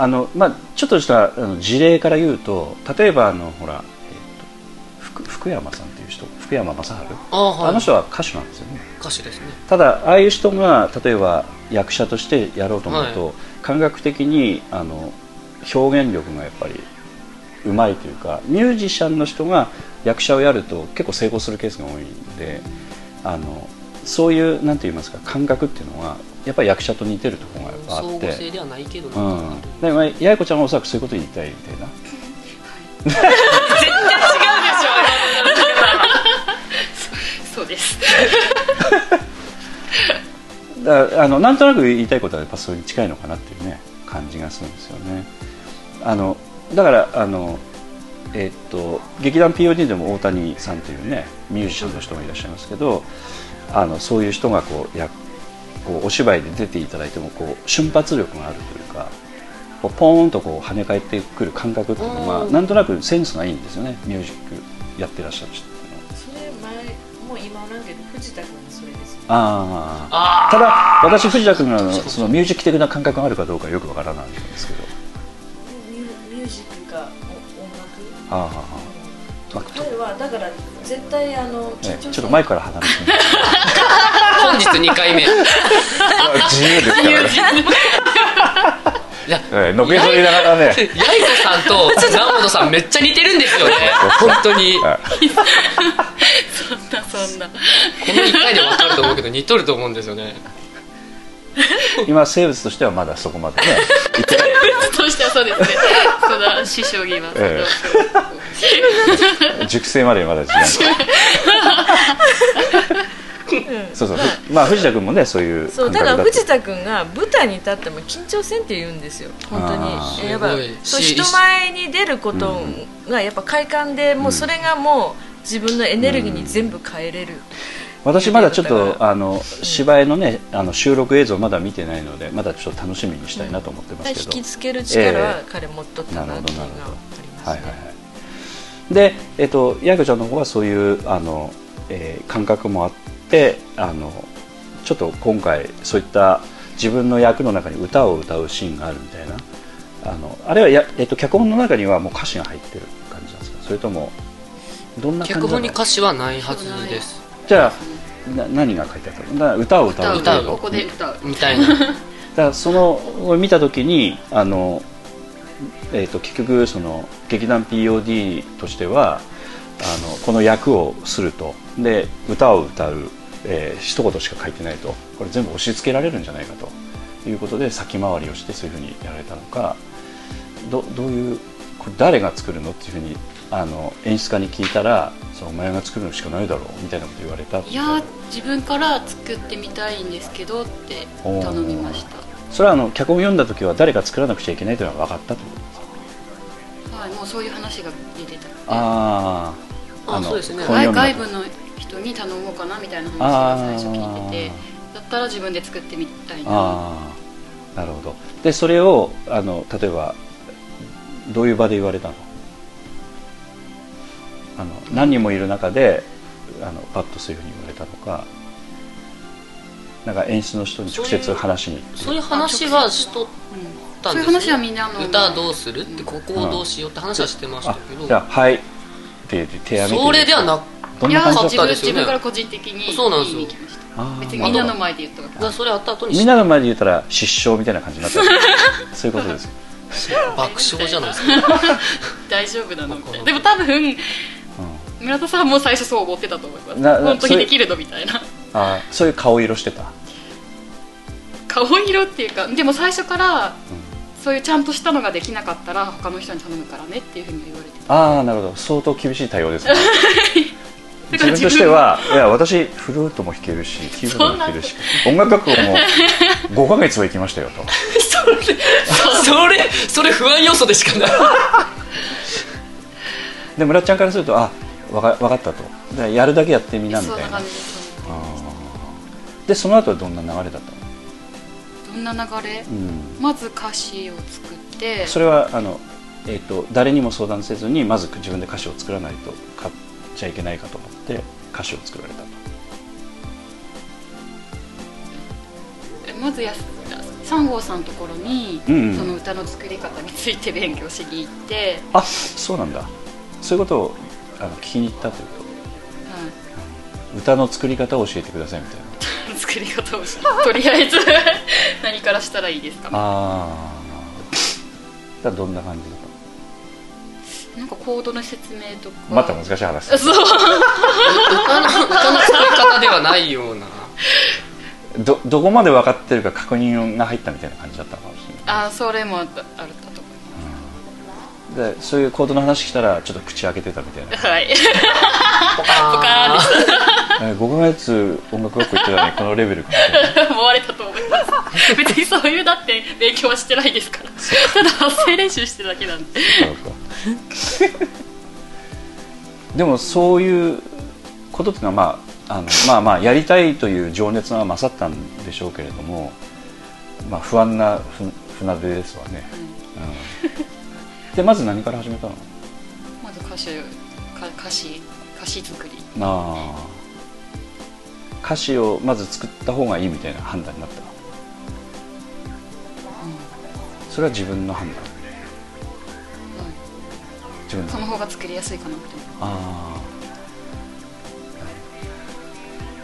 あのまあ、ちょっとしたあの事例から言うと例えばあのほら、えーと福福山さんという人福山雅治
ああはい
あの人は歌手なんですよね
歌手ですね
ただああいう人が例えば役者としてやろうと思うと、感覚的にあの表現力がやっぱりうまいというかミュージシャンの人が役者をやると結構成功するケースが多いんであのそういうなんて言いますか感覚っていうのはやっぱり役者と似てるところがやっぱ
総
あっ
合
て
性。ではないけど
う
なんかあ
ん
る、
でまあ八重子ちゃんはおそらくそういうこと言いたいみたいな
そうです
だからあのなんとなく言いたいことはやっぱそれに近いのかなっていうね感じがするんですよね。あのだからあのえっと劇団 POD でも大谷さんというねミュージシャンの人がいらっしゃいますけど、あのそういう人がこうやこうお芝居で出ていただいてもこう瞬発力があるというか。こうポーンとこう跳ね返ってくる感覚っていうのは
うん
なんとなくセンスがいいんですよねミュージックやってらっしゃる人っていうの
そ
は
れ前もう今なんけど藤田君もそれですよ
ああ
あ
ただ私藤田君があの
そうそう
そのミュージック的な感覚があるかどうかよくわからないんですけど
ミュミュージックかお音楽
あああああ
彼はだから
絶対あの緊
ね
張
ちょっ
し
と前から離れて
本日2回目
自由ですからね
いや
はいのけぞりながらね
ヤイコさんと南本さんめっちゃ似てるんですよね本当にこ
は
そんなそんな
の1回で分かると思うけど似とると思うんですよね
い今生物としてはまだそこまでね行ってない
そうしたらそうですねその師匠には、
え熟成までまだ時間がそうそうふまあ藤田君もねそういう
そう
感
だから
覚だと
藤田君が舞台に立っても緊張せんって言うんですよ本当
あ
に
ー
やっぱ
すごい
そう
し
人前に出ることがやっぱ快感でもうそれがもう自分のエネルギーに全部変えれる、
私まだちょっ
だ
と
か
あの芝居のねあの収録映像まだ見てないのでまだちょっと楽しみにしたいなと思ってますけ
引
ど、
きつける力
え
は
え
彼持っとったなっていうのがありますね、
はいはいはいでえっと八重子ちゃんの方はそういうあの、えー感覚もあってあのちょっと今回そういった自分の役の中に歌を歌うシーンがあるみたいなあのあれはや、えっと、脚本の中にはもう歌詞が入ってる感じなんですかそれともどんな感じ
脚
なの
本に歌詞はないはずです
じゃあな何が書いてあったのだから歌を歌う
歌う
と
歌
いう
う
ここで歌う
みたいな
だからそのを見た時にあの、えー、と結局その劇団 POD としてはあのこの役をするとで歌を歌う、えー一言しか書いてないとこれ全部押し付けられるんじゃないかということで先回りをしてそういうふうにやられたのかどどういうこれ誰が作るのっていうふうにあの演出家に聞いたらそのお前が作るのしかないだろうみたいなこと言われた
いやー自分から作ってみたいんですけどって頼みました
それはあの脚本読んだ時は誰か作らなくちゃいけないというのは分かったと
はいもうそういう話が出てた
ああ
あそうですね
外外
部
部の人に頼もうかなみたいな
あ
話を最初聞いてて
ー
だったら自分で作ってみたいな
あーなるほどでそれをあの例えばどういう場で言われたのあの何人もいる中であのパッとそういうふうに言われたのかなんか演出の人に直接話に
そういう話はしとった
そ
ん
ういう
です
話は
よ
みんなあの
歌どうするってここをどうしようって話はしてました
あ
けど
じゃあ「はい」って手挙げて
それではなく
ど
い
ん
や
な
ー
感
自
じ
だ
だ
った
分
です
自
よね
分から個人的に
そうなんですよ
言いに来ました
あー
別に
な
み
る
ん
ほ
な
ど
の前で言ったから
だからそれ後々に
みんなの前で言ったら失笑みたいな感じに なったそういうことです
爆笑じゃないですか
大丈夫なのみたいなでも多分村田さんも最初そう思ってたと思います
なな
本当
そ
に
れ
できるのみたいな
あーそういう顔色してた
顔色っていうかでも最初からそういうちゃんとしたのができなかったら他の人に頼むからねっていうふうに言われて
ああなるほど相当厳しい対応ですね 自
だから
分としてはいや私フルートも弾けるしキーボードも弾けるし音楽学校も5ヶ 月は行きましたよと
それそれ不安要素でしかない
で村ちゃんからするとあわか分かったとでやるだけやってみなみ
そう
た
ない
な
感じです
でその後はどんな流れだったの、
どんな流れ
うん、
まず歌詞を作って
それはあの、えー、と誰にも相談せずにまず自分で歌詞を作らないと買っちゃいけないかと思って歌詞を作られたと
まずやす三郷さんのところに、
うんうん
その歌の作り方について勉強しに行って、
あそうなんだそういうことをあの聞きに行ったというこ
は、
と歌の作り方を教えてくださいみたいない
作り方をしとりあえず 何からしたらいいですかね
ああどんな感じだっ
なんかコードの説明とか
たまた難しい話だ
そう
歌の歌の使い方ではないような
どどこまで分かってるか確認が入ったみたいな感じだったのかもし
あそれもあったあるたと思いま
れないでそういうコードの話したらちょっと口開けてたみたい
すはい
あー
なえ5ヶ月音楽学校行ってたのにこのレベルかみたいな
思われたと思います別にそういうだって勉強はしてないです からただ発声練習してるだけなんで
そうか でもそういうことっていうのは、まあ、あのまあまあやりたいという情熱が勝ったんでしょうけれども、まあ、不安なふ船出ですわね、うんでまず何から始めたの
まず歌詞か歌詞歌詞作り
あー歌詞をまず作った方がいいみたいな判断になった、それは自分の判断、自分の
その方が作りやすいかなって思います
あ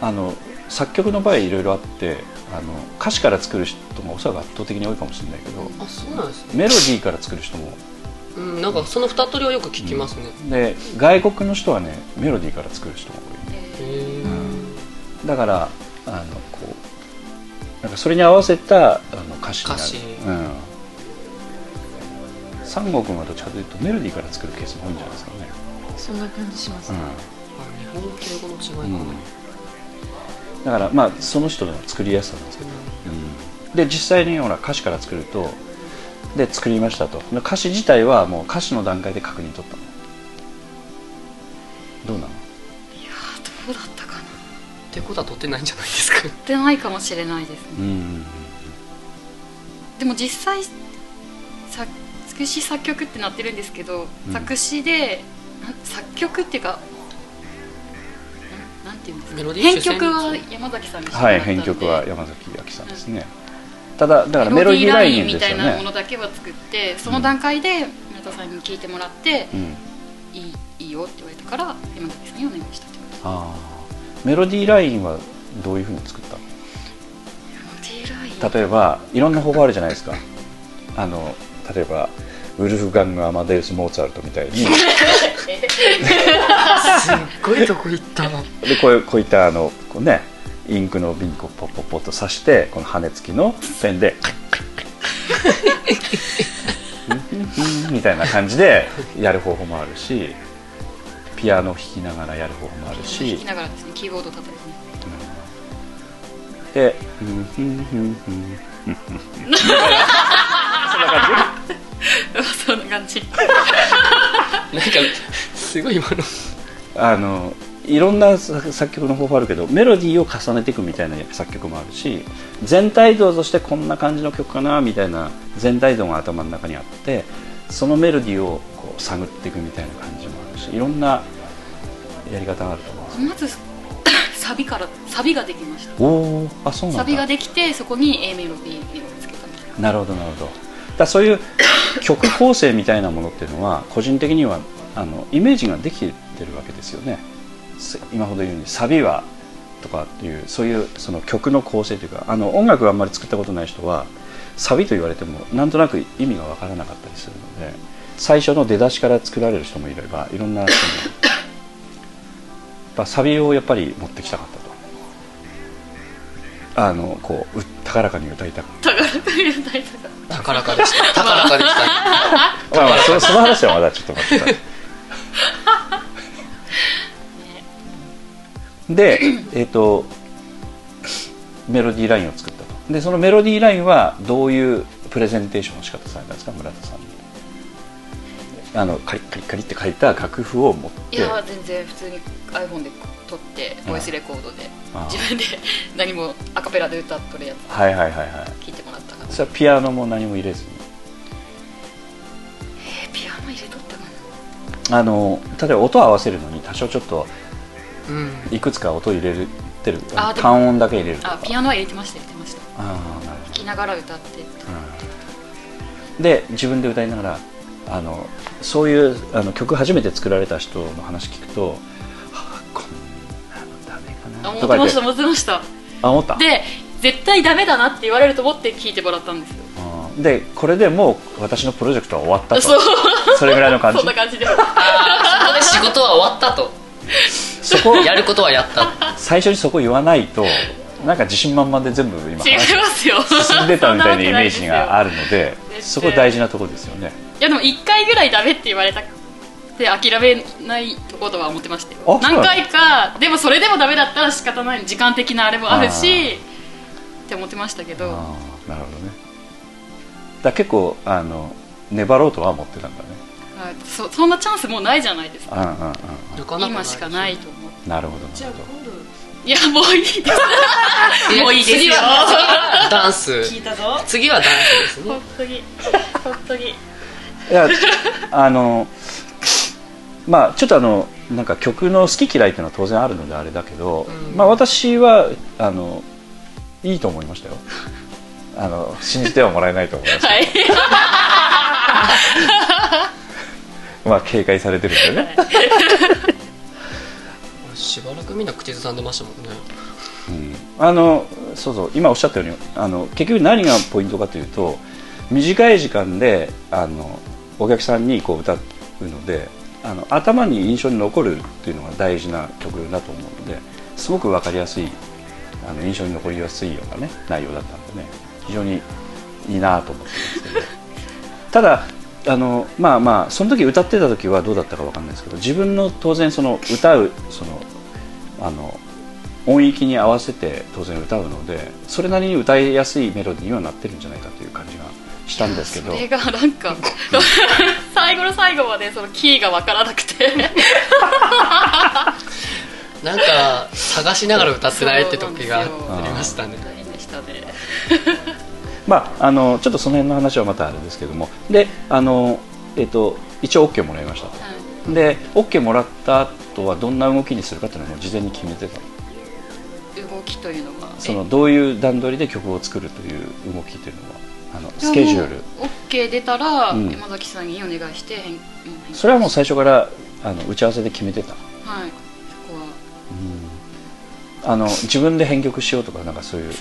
あの作曲の場合いろいろあってあの歌詞から作る人がおそらく圧倒的に多いかもしれないけど、
あそうなんですね
メロディーから作る人も
うんなんかその二通りはよく聞きますね、
で外国の人はねメロディーから作る人が多い
へ
だからあのこうなんかそれに合わせたあの歌詞になる
歌詞
うん、三郷君はどっちかというとメロディーから作るケースも多いんじゃないですかね、
そんな感じします、
日本語と英語の違いかな、
うんうんだからまあその人の作りやすさなんですけど、で実際にほら歌詞から作るとで作りましたと歌詞自体はもう歌詞の段階で確認取ったのどうなの
どうだったかな
ってことは取ってないんじゃないですか
出ないかもしれないですね
うんうん
でも実際作作詞作曲ってなってるんですけど、
うん
作詞でなん作曲っていうかなんなんていうんですか
メロディー
編曲は山崎さんが
はい、編曲は山崎明さんですね。ただ、だからメロディーラインです
みたい
よ
なも
ね
の。だけは作ってその段階で村田さんに聞いてもらって、
うん、
いいいいよって言われたから山崎さんにお願いしたってことです
あーメロディーラインはどういうふうに作ったの
メロディーライン
例えば、いろんな方法あるじゃないですか。あの、例えば、ウルフガング・アマデウス・モーツァルトみたいに、
すっごいとこ行ったの
でこういうこういったあの、こうね、インクの瓶をポッポッポッと刺して、この羽根付きのペンで、 カッカッカッカッみたいな感じでやる方法もあるし、ピアノ弾きながらやる方法もあるし
弾。きながらですねキーボード叩いてね
で、うん、ふんふんふん。
そんな感じ
なんかすごい今の
あの、いろんな作作曲の方法あるけど、メロディーを重ねていくみたいな作曲もあるし、全体像としてこんな感じの曲かなみたいな全体像が頭の中にあって、そのメロディーをこう探っていくみたいな感じもあるし、いろんなやり方があると思うんです。
まず サビからサビができました
おお、あ、そうな
サビ
ん
が
だ。
できてそこに A メロ B メロつけたみたいな
なるほど、なるほど。だからそういう曲構成みたいなものっていうのは、個人的にはあのイメージができてるわけですよね。す今ほど言うようにサビはとかっていうそういうその曲の構成というかあの音楽があんまり作ったことない人はサビと言われてもなんとなく意味がわからなかったりするので最初の出だしから作られる人もいればいろんな人もやっぱサビをやっぱり持ってきたかったとあのこうう高らかに歌いたかっ
高らかでした高らかでした
た、まあまあ、そ のその話はまだちょっと待ってくださ いでえっ、とメロディーラインを作ったとでそのメロディーラインはどういうプレゼンテーションの仕方されたんですか村田さんにあのカリッカリッカリって書いた楽譜を持っ
い
て
や全然普通に iPhone で撮ってボイスレコードで
あ
自分で 何もアカペラで歌っとるや
あはいはいはいはい
つ聞いてもらったから
それはピアノも何も入れずに
えピアノ入れとったかな
あの例えば音を合わせるのに多少ちょっと
うん
いくつか音入れてる
あでも
単音だけ入れるとか
あピアノは入れてました入れてました
ああなるほど
聞きながら歌って
で自分で歌いながらあのそういうあの曲初めて作られた人の話聞くと「はあこんなのダメか
あ
な」
持
と
って
か
ま
言
し
って
た持ってました
あ思った
で絶対ダメだなって言われると思って聞いてもらったんですよ
うんでこれでもう私のプロジェクトは終わったと
そう
それぐらいの感じ
そんな感じで
そこで仕事は終わったと
そこ
やることはやった
最初にそこ言わないとなんか自信満々で全部今
違い
話
ますよ
進んでたみたいなイメージがあ
る
るのでそこ大事なところですよね
いやでも1回ぐらいダメって言われたって諦めないとことは思ってました
あそ
よ
うなの
何回かでもそれでもダメだったら仕方ない時間的なあれもあるしって思ってましたけど
ああなるほどねだから結構あの粘ろうとは思ってたんだね
はいそそんなチャンスもうないじゃないですか
うんうんうん
なかなか
今しかないと思う
うんなるほどなるほど
いやもういいです
もういいですよ次はダンス
聞いたぞ
次はダンスですね
本当に本当に
いやあのまあちょっとあのなんか曲の好き嫌いっていうのは当然あるのであれだけど、
うん
まあ私はあのいいと思いましたよあの信じてはもらえないと 思います、
はい
まあ警戒されてるんでね、
しばらくみんな口ずさんでましたもんね
あのそうそう今おっしゃったようにあの結局何がポイントかというと短い時間であのお客さんにこう歌うのであの頭に印象に残るっていうのが大事な曲だと思うのですごく分かりやすいあの印象に残りやすいようなね内容だったんでね非常にいいなと思ってますけど ただあのまあまあその時歌ってた時はどうだったか分かんないですけど自分の当然その歌うそのあの音域に合わせて当然歌うのでそれなりに歌いやすいメロディーにはなってるんじゃないかという感じがしたんですけ
そ
ど
れがなんか 最後の最後までそのキーが分からなくて
なんか探しながら歌ってないって時があ
そうなんですよ
りましたね
大変でしたね
まああのちょっとその辺の話はまたあれですけどもであのえっ、と一応 OK もらいましたとで OK もらった後はどんな動きにするかっていうのはもう事前に決めてたの
動きというのは
そのどういう段取りで曲を作るという動きというのはあのスケジュール
OK 出たら、
うん
山崎さんにお願いして変うん変
それはもう最初からあの打ち合わせで決めてた
はいそこは
あの自分で編曲しようとかなんかそういう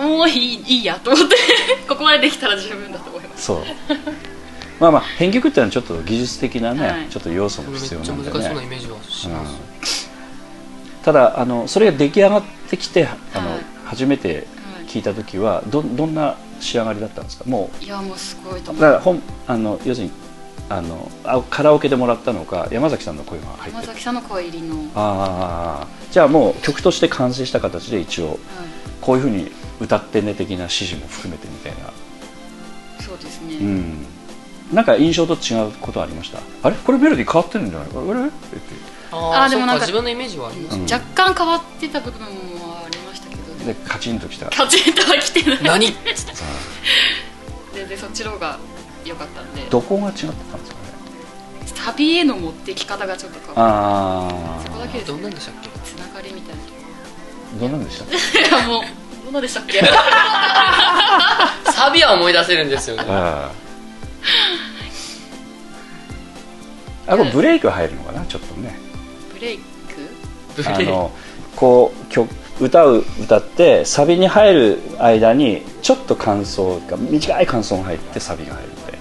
もういいいいやと思って ここまでできたら十分だと思います
そうまあまあ編曲っていうのはちょっと技術的なね、
はい
ちょっと要素も
めっ
必
ち
要
ゃ難
な
しそ
んで
うなイ
ね
メージはします、
ただあのそれが出来上がってきてあの、
はい
初めて
はい
聞いた時はどどんな仕上がりだったんですかも
いやもうすごいと
うだか
思う
ら本あの要するにあのあカラオケでもらったのか山崎さんの声が入っ
山
てる
崎さんの声入りの、はい、
ああじゃあもう曲として完成した形で一応こういうふうに歌ってね的な指示も含めてみたいな
そうですね、
うん、なんか印象と違うことありましたあれこれメロディー変わってるんじゃないかあれっ
あ
あ
あ
ー
で
で
も
も
な
なんん
か
か
自分のイメージはあります、
うん
若干変わってた部分もありましたけど
て
で
で
も
カチンときた
カチンとは来てない
何っ
全然そっちの方が良かったんで
どこが違ってたんですかね
サビへの持ってき方がちょっと変わ
あ
ったそこだ
あ
けです
どんな
ね
んでしたっけ
つながりみたいな
どんなんでした
いやもうどんなで したっけ
サビは思い出せるんですよね
あーあこれブレイク入るのかなちょっとね
ブレイク
ブレ
あ
イク
の こう曲歌う歌ってサビに入る間にちょっと感想が短い感想が入ってサビが入るみたいな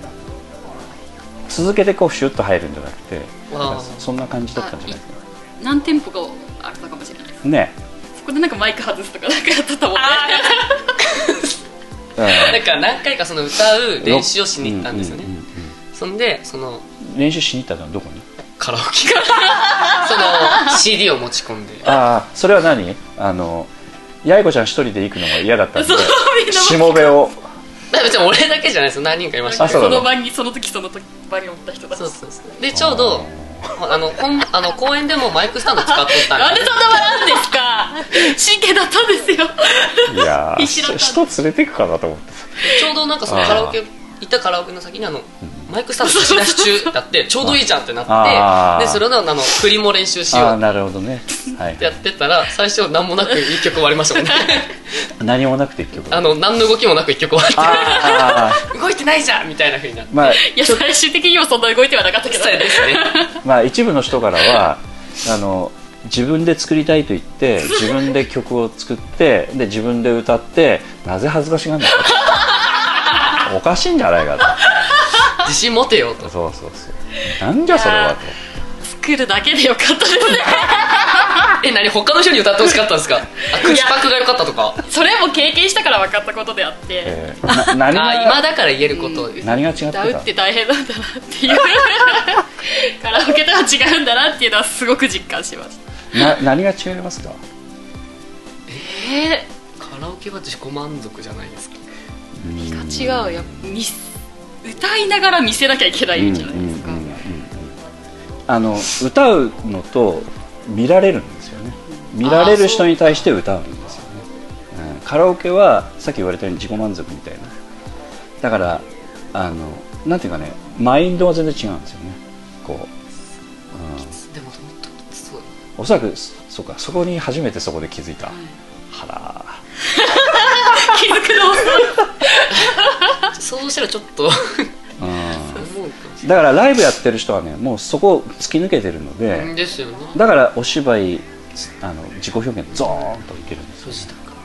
続けてこうシュッと入るんじゃなくてなんか
あー
そんな感じだったんじゃないですか
何店舗かあったかもしれないです
ね
そこでなんかマイク外すとかなんかやってたもんね
え
なんか何回かその歌う 練習をしに行ったんですよね、
うう
そんでその
うん練習しに行ったのはどこに
カラオケ がその CD を持ち込んで
ああそれは何あの八重子ちゃん一人で行くのが嫌だ ったんでしもべを
だ別に俺だけじゃないですよ何人かいました
あ
けど
そう
そ
なの
の場にその時その時場におった人だ
そうそうそうでちょうどあのこんあの公園でもマイクスタンド使っとったんで
なんでそんな笑うんですか真剣だったんですよ
いやー
必死だったんです
人連れてくかなと思って
ちょうどなんかその
あー
カラオケ行ったカラオケの先にあのマイクスタンド貸し出し中だ ってちょうどいいじゃんってな
あ
っ
ー
てでそれのあの振りも練習しよ
ああ
うっ
なるほどね、はい
てやってたら最初何もなく一曲終わりましたもんね
何もなくて結局
あの何の動きもなく一曲終わっ
ああ
て 動いてないじゃんみたいなふうになって
まあ
いや最終的にはそんな動いてはなかったけど
そうですね
まあ一部の人からはあの自分で作りたいと言って自分で曲を作ってで自分で歌ってなぜ恥ずかしがるのかおかしいんじゃないかと
自信持てよと
そうそうそうなんじゃそれはと
作るだけでよかったですね
え何他の人に歌ってほしかったん ですかあ口パクが良かったとか
それも経験したから分かったことであって、
えーな何
あー今
が
だから言えること、
何が違ってた
歌うって大変なんだなっていう カラオケとは違うんだなっていうのはすごく実感しました
な何が違いますか
え
カラオケは自己満足じゃないですか
ー、違うやっぱ見歌いながら見せなきゃいけないんじゃないですか、
うんうんうんうんあの歌うのと見られるんですよね見られる人に対して歌うんですよね、うん、カラオケはさっき言われたように自己満足みたいなだからあのなんていうかねマインドは全然違うんですよねこう、
でも本当すごい
うん、おそらくそそうかそこに初めてそこで気づいた、は
そうしたらちょっと
らーうん
思うそうかもしれ
だからライブやってる人はねもうそこを突き抜けてるの
ないうん
で
ですよね
だからお芝居あの自己表現ゾーンといけるんですよ
そうしたか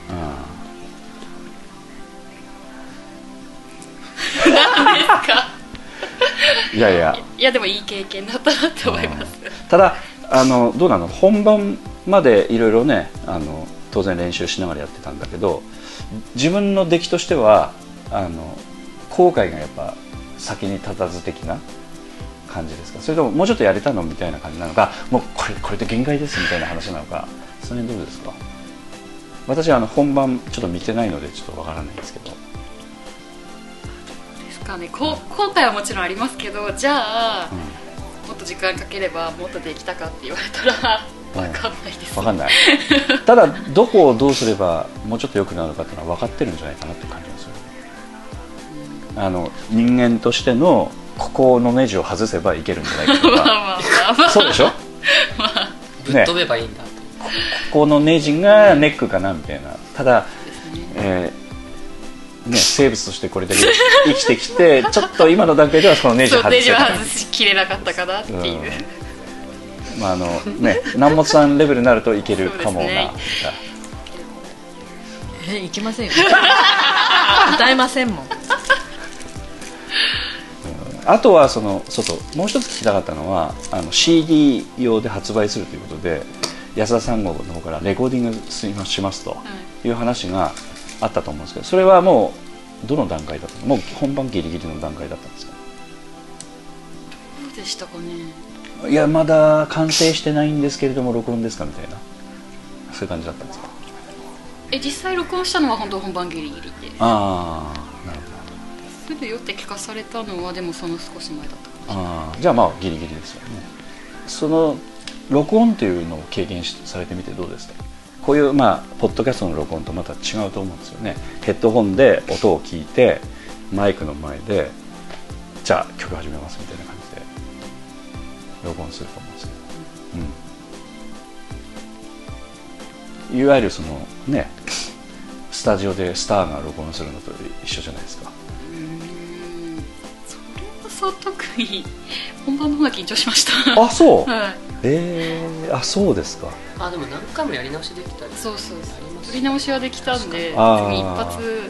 いやいや
いやでもいい経験だったなって思います
ただあのどうなの本番までいろいろねあの当然練習しながらやってたんだけど自分の出来としてはあの後悔がやっぱ先に立たず的な感じですかそれとももうちょっとやれたのみたいな感じなのかもうこれこれで限界ですみたいな話なのかその辺どうですか私はあの本番ちょっと見てないのでちょっとわからないんですけど
ですかねこう後悔はもちろんありますけどじゃあ、もっと時間かければもっとできたかって言われたら
うん
分かんないです、
わかんないただどこをどうすればもうちょっと良くなるかっていうのは分かってるんじゃないかなって感じがするあの人間としてのここのネジを外せばいけるんじゃないかと
まあ
か
まあまあま あ
そうでしょ
ぶ
ね
っ飛べばいいんだと
ここのネジがネックかなみたいなただ、えーね、生物としてこれだけ生きてき てちょっと今の段階ではそのネジ
そう
外
デジ
せ
は
ない
外しきれなかったかなってい
う
う、
んまああのね南本さんレベルになるといけるかもな、
そうですね
え行きませんよ歌えませんもん
あとはそのそうそうもう一つ聞きたかったのはあの CD 用で発売するということで安田三郷の方からレコーディングしますしますという話があったと思うんですけどそれはもうどの段階だったのもう本番ギリギリの段階だったんですか
どうでしたかね
いやまだ完成してないんですけれども録音ですかみたいなそういう感じだったんですか
え実際録音したのは本当本番ギリギリで
ああなるほど
すぐよって聞かされたのはでもその少し前だったか
あーじゃあまあギリギリですよねその録音というのを経験しされてみてどうですかこういうまあポッドキャストの録音とまた違うと思うんですよねヘッドホンで音を聞いてマイクの前でじゃあ曲始めますみたいな感じで録音すると思うんですけど、うん、いわゆるそのねスタジオでスターが録音するのと一緒じゃないですか
それはそう特に本番の方が緊張しました
あそう
はい
えー、あそうですか
あでも何回もやり直しできたり
そうそうそ
あ
う
ります
取り直しはできたんで次一
あー
発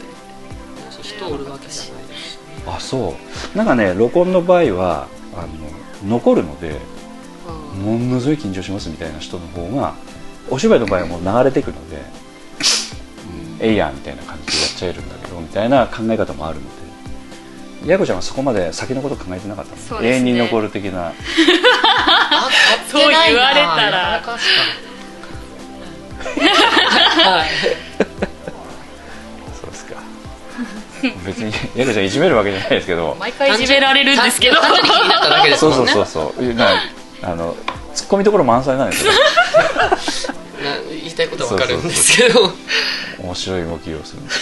人おるわけじゃないですし
あそうなんかね録音の場合はあの残るのでものすごい緊張しますみたいな人の方がお芝居の場合はもう流れていくので「えいや」みたいな感じでやっちゃえるんだけどみたいな考え方もあるのでやこちゃんはそこまで先のこと考えてなかったの
そう
永
ですね
遠に残る的な
あ
そう言われた
な
ら
かなか確かにはい
そうですか別にやこちゃんいじめるわけじゃないですけど
毎回いじめられるんですけど
単純に気になっただけです
そう
も
そ
ん
う
ね
そうそうなあのツッコミどころ満載なんですよ
な言いたいことはわかるんですけど
面白い動きをするんです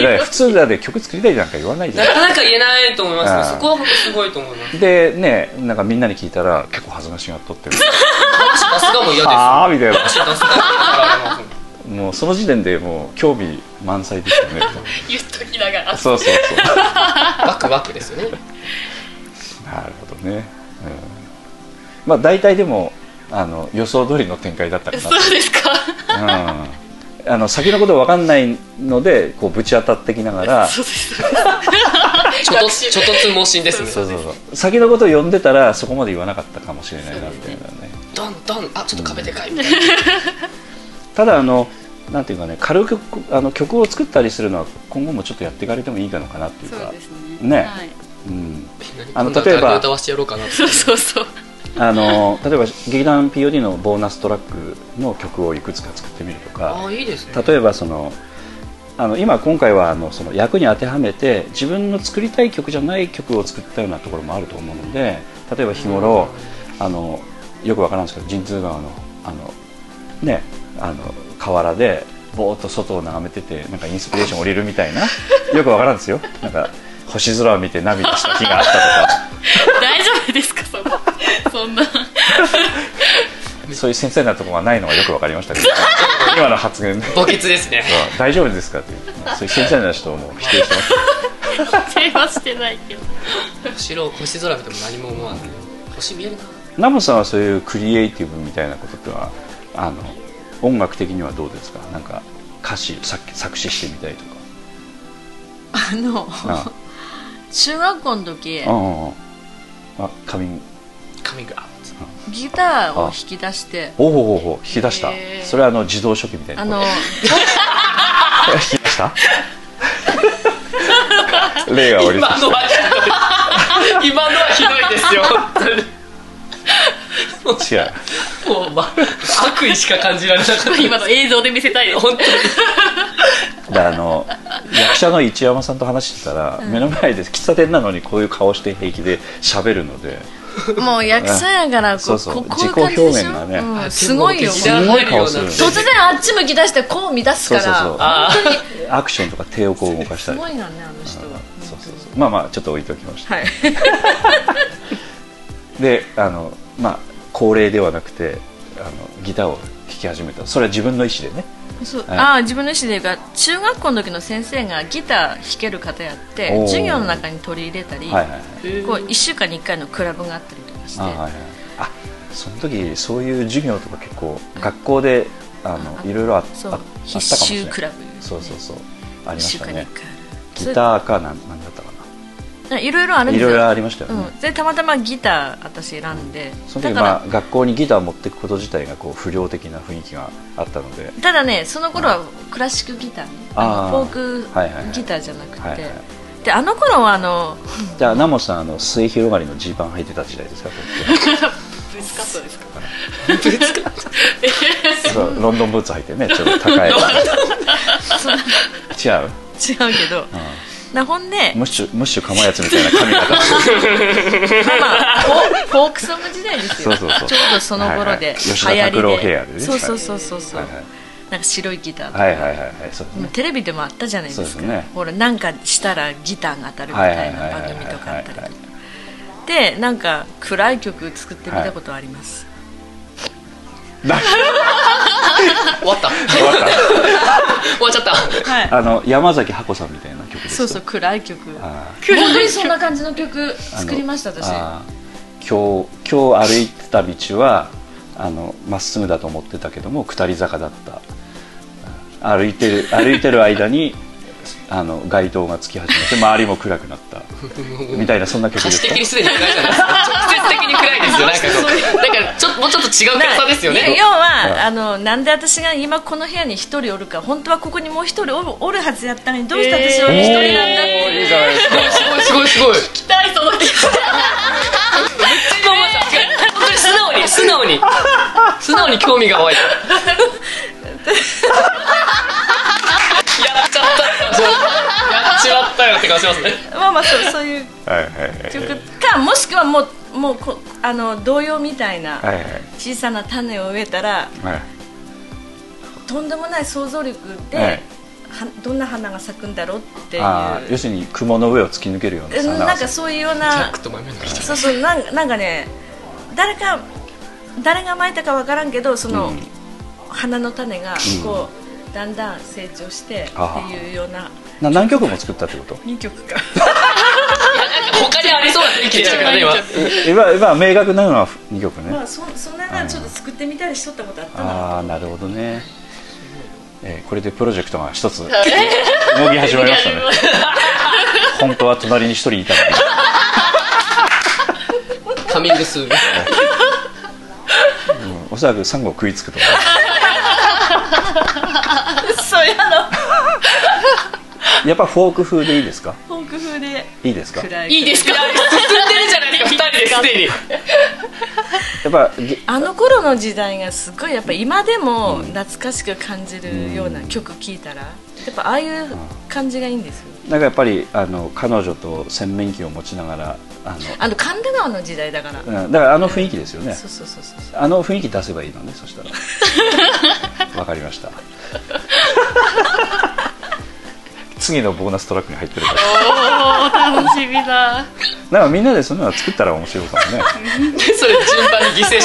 いやい
白い
や普通だって曲作りたいなんか言わないじゃ
なんかなか言えないと思いますね
あー
そこは本当すごいと思います
でねなんかみんなに聞いたら結構恥ずかしがっとってる
出すがもう嫌です
ああみたいな
出すがも嫌られます
もうその時点でもう興味満載でしたね
言っときながら
そうそうそう
ワクワクですよね
なるほどね、うん、まあ大体でもあの予想通りの展開だったかな
そうですか
うん、あの先のこと分かんないのでこうぶち当たってきながら
そうです
ち ょっとちょっとつ盲信ですね
そうそうそう先のことを読んでたらそこまで言わなかったかもしれないなみたいなね
どんどんあちょっと壁でかいみたいな
ただあのなんていうかね軽くあの曲を作ったりするのは今後もちょっとやっていかれてもいいかのかなっていう
そう
か
ですね
ね
はい
うん、あ
あ
の
の
例
例
え
え
ば
ば歌わしてやろうかなって
そうそうそう
あの例えば劇団 POD のボーナストラックの曲をいくつか作ってみると
あ
か
あいいですね
例えばそのあの今今回はあのその役に当てはめて自分の作りたい曲じゃない曲を作ったようなところもあると思うので例えば日頃、あのよくわからんですけど神通川のあのねあの河原でぼーっと外を眺めててなんかインスピレーション降りるみたいなよくわからんですよなんか星空を見て涙した日があったとか。
大丈夫ですか そんなそんな
そういう繊細なところがないのがよく分かりましたけど今の発言で
墓穴ですね
大丈夫ですかっていうそういう繊細な人をもう否定してます
先会話してないけど
星ろ星空見ても何も思わない星見えるな
ナムさんはそういうクリエイティブみたいなことってのはあの音楽的にはどうですかなんか歌詞作作詞してみたりとか
あの
あ
中学校の時
ああああカミング
カミングアウ
ギターを引き出して
おほほほ引き出した
へー
それはあの自動書記みたいな
あの
引き出した例が
ト
終わりま
今
し
の
た
はひどい今のはひどいですよ本当に
違う
もう、ま、悪意しか感じられなかった
今の映像で見せたいです
本当に
であの役者の一山さんと話してたら、目の前で喫茶店なのにこういう顔して平気で喋るので
もう役者やからこ
そうそう
ここういう感じでし
自己
ょ、
表現がね
うんすごいよ
ギター入るような
すごい顔す
突然あっち向き出してこう乱す
そ
か
う
ら
そうそう
あー
アクションとか手をこう動かし
す
たり
ごいよねあの人は
そうそうそうまあまあちょっと置いておきました、
はい
であのまあ高齢ではなくてあのギターを弾き始めたそれは自分の意思でね
そう
はい
ああ自分の意思で言うか中学校の時の先生がギター弾ける方やっ
おー
て授業の中に取り入れたり、
はいはいはい
こう1週間に1回のクラブがあったりとかして
あ,、はいはい、あその時そういう授業とか結構学校であのいろいろあああった
そ
か
う
もしれ
必
ない
修クラブ、
そうそうそうあ
1
りま
週
した
間に
ね
1回
ギターかなんなんだったか
あるいろいろある
なん
で
い
す
ろ
よ
いろありましたよね、
うん、でたまたまギター私選んで、
その
だ
時、
から、
まあ、学校にギターを持っていくこと自体がこう不良的な雰囲気があったので
ただねその頃はクラシックギターね
あ
あ
ー
のフォ
はいはい
ー
はい
クギターじゃなくて、
はいはい
であの頃はあの
じゃあ南本さんあの末広がりのジーパン履いてた時代ですかこ
ぶつかったですか
うそうロンドンブーツ履いてねちょっと 高い違
違
う
うけど、なほんで
ムッシュムッシュかまやつみたいな髪型 して
まあまあフォーフォークソング時代ですよ
そうそうそう
ちょうどその頃
はいは
で
い
流
吉田
行り
拓
で,、
郎ヘアでね
そうそうそうそうそう、
はいはい
なんか白いギターとか、
はいはいはいはいそうですね
テレビでもあったじゃないです
そ
か
うですね
ほらなんかしたらギターが当たるみ
はいは
た
い
い
はい
な
はい
番組とかあ
は
っ
い
たりと
は
か
い
でなんか暗い曲作ってみたことあります、
終わった
わかっ
終わっちゃった
はい
たあの山崎ハコさんみたいな曲です
そ
か
うそう暗い曲
あ
本当にそんな感じの曲
ーあの
作りました私
あー今日今日歩いてた道はあのまっすぐだと思ってたけども下り坂だったあー歩いてる歩いてる間に あの街灯がつき始めて周りも暗くなったみたいなそんな曲
歌
で
詞
す
的
か
にすでに暗いじゃないですか直接的に暗いですよなんかこうだからちょっともうちょっと違う暗さですよ
いや
ね
要
はい
はあのなんで私が今この部屋に一人おるか本当はここにもう一人おるおるはずやったのにどうして私は一人なんだっていう、
いいじゃないですかすごいすごいすごい
期待その
本当に素直に素直に素直に興味が湧いたやっちゃったって感じやっちまったよって感じしますね
まあまあそうそういう
はいはいはいはい
曲かもしくはもうもうこあの童謡みたいな
はい
小さな種を植えたら
はい
とんでもない想像力で、
はい
はどんな花が咲くんだろうっていう
あー要するに雲の上を突き抜けるような
うん
さ
なんかそういうよう
ジャッ
な
クと豆の人
そうそうなんなんかね誰か誰がまいたかわからんけどその、
うん
花の種がこう、だんだん成長して
あ
っ
ー
ていうような
な何曲も作ったってこと
2曲か
他にありそうな雰囲気でしたからね今
え今今明確なのは2曲 ね、
まあそそんなのはちょっと作ってみたりしとったことあった
あ
な
あなるほどね、えーこれでプロジェクトが 一つ動き始まりましたね 本当は隣に一人いたのに
カミングスー ン
うんおそらくサンゴ食いつくと思
そういうの
うやっぱフォーク風でいいですか
フォーク風で
いいですかや
暗い
いいですか
進んでるじゃないですか二人ですでに
っぱげ
あの頃の時代がすごいやっぱ今でも懐かしく感じるような曲聴いたらやっぱああいう感じがいいんですよ
なんかやっぱりあの彼女と洗面器を持ちながらあ
あの神田川の時代だから
の、うん、だからあの雰囲気ですよね
そうそうそうそう
あの雰囲気出せばいいのねそした らわかりました次のボーナストラックに入ってるから
おー楽しみだ
なんかみんなでそんなの作ったら面白いかもね
それ順番に犠牲者が出てくる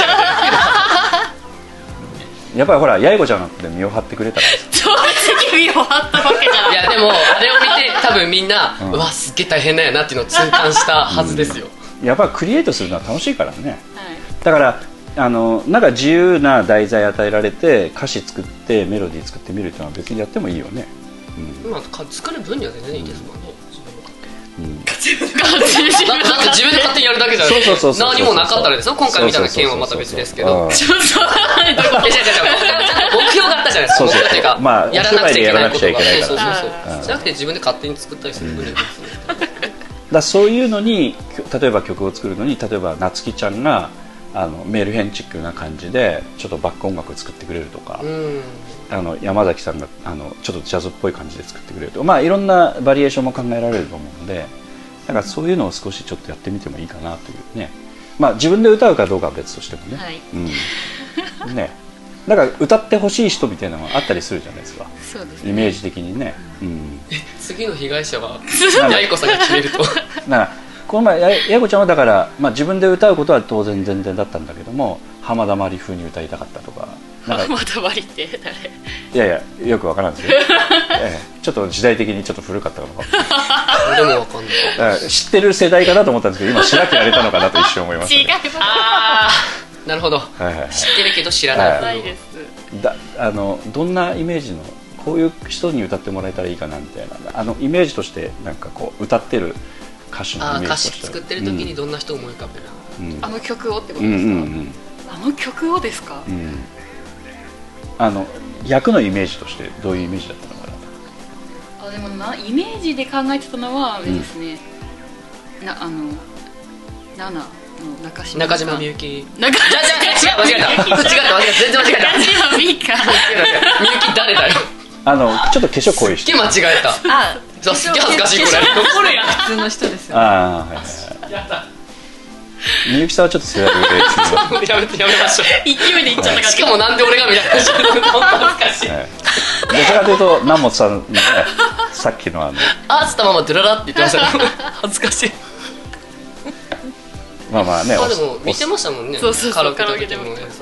やっぱりほら八重子ちゃんって身を張ってくれたからさ
正直身を張ったわけじゃな い
いやでもあれを見て多分みんな、
う
うんわすっげえ大変だよなっていうのを痛感したはずですよ、
やっぱりクリエイトするのは楽しいからね
はい
だからあのなんか自由な題材与えられて歌詞作ってメロディー作ってみるっていうのは別にやってもいいよね、
まあか作る分には全然いいですもんね自分の勝
うん、
手にだだって自分で勝手にやるだけじゃない
そうそうそうそう
何もなかったらですよ今回みたいな件はまた別ですけ
そうそうそうそうあ
どち
あ
ょっといや違う違う違うちゃんと目標があったじゃないですか
そうそうそう
目標っていうか、
まあ
やらなくちゃいけないこと
お芝居でやらなくちゃいけ
が
ない
そうそう
か
そうそ
らね
うじゃなくて自分で勝手に作ったりする分には別に
だからそういうのにきょ例えば曲を作るのに例えば夏希ちゃんがあのメルヘンチックな感じでちょっとバック音楽作ってくれるとか、
うん
あの山崎さんがあのちょっとジャズっぽい感じで作ってくれるとか、まあ、いろんなバリエーションも考えられると思うのでだからそういうのを少しちょっとやってみてもいいかなというね、まあ、自分で歌うかどうかは別としてもね,、
はい
うん、ねだから歌ってほしい人みたいなのがあったりするじゃないですか
そうです
イメージ的にね。うん
次の被害者は八重子さんが決め ると
だからこの前やややこちゃんはだから、まあ、自分で歌うことは当然全然だったんだけども浜田真理風に歌いたかったとかなんか
また割りって誰
いやいやよくわからんです よ、ええちょっと時代的にちょっと古かったのかもしれない
でもわかんない
だから知ってる世代かなと思ったんですけど今白木やれたのかなと一瞬思いま
違
し
い
た、ね、
ああなるほど
違う、はいはいはい
知ってるけど知ら
は
な
ないい
部分
で
を
す
だあのどんなイメージのこういう人に歌ってもらえたらいいかなみたいなあのイメージとしてなんかこう歌ってる歌手の
あ
イ
ー
メー
歌
ジ
詞
として
作ってる時にどんな人を思い浮かべるか
うんうん
あの曲をってこと
うんう
ですか、
ん
あの曲をですか
うんうんあの役のイメージとしてどういうイメージだったのかな
あでもなイメージで考えてたのはあれですね、なあのナナの中島
中島みゆき
中
じゃじゃ違う間違えた違った間違えた全然間違えた
中島みゆきか
みゆき誰だよ
あのちょっと化粧濃い
すっげ
人
え間違 えた
あ
そうすっげえ恥ずかしいこれ
残るや普通の人ですよ
ああはいはいはいみゆきさんはちょっと世代上ですね
やめてやめましょ
勢いでいっちゃったから
うしかもなんで俺がみたいな話本当恥ずかしい
はいどちらかというと南本さんのねさっきのあの、
あーつったままドゥララって言ってましたね 恥ずかしい
まあまあね
あで
お
も
お
見てましたもんね
そうそうそう
カラオケでも
カラオケでも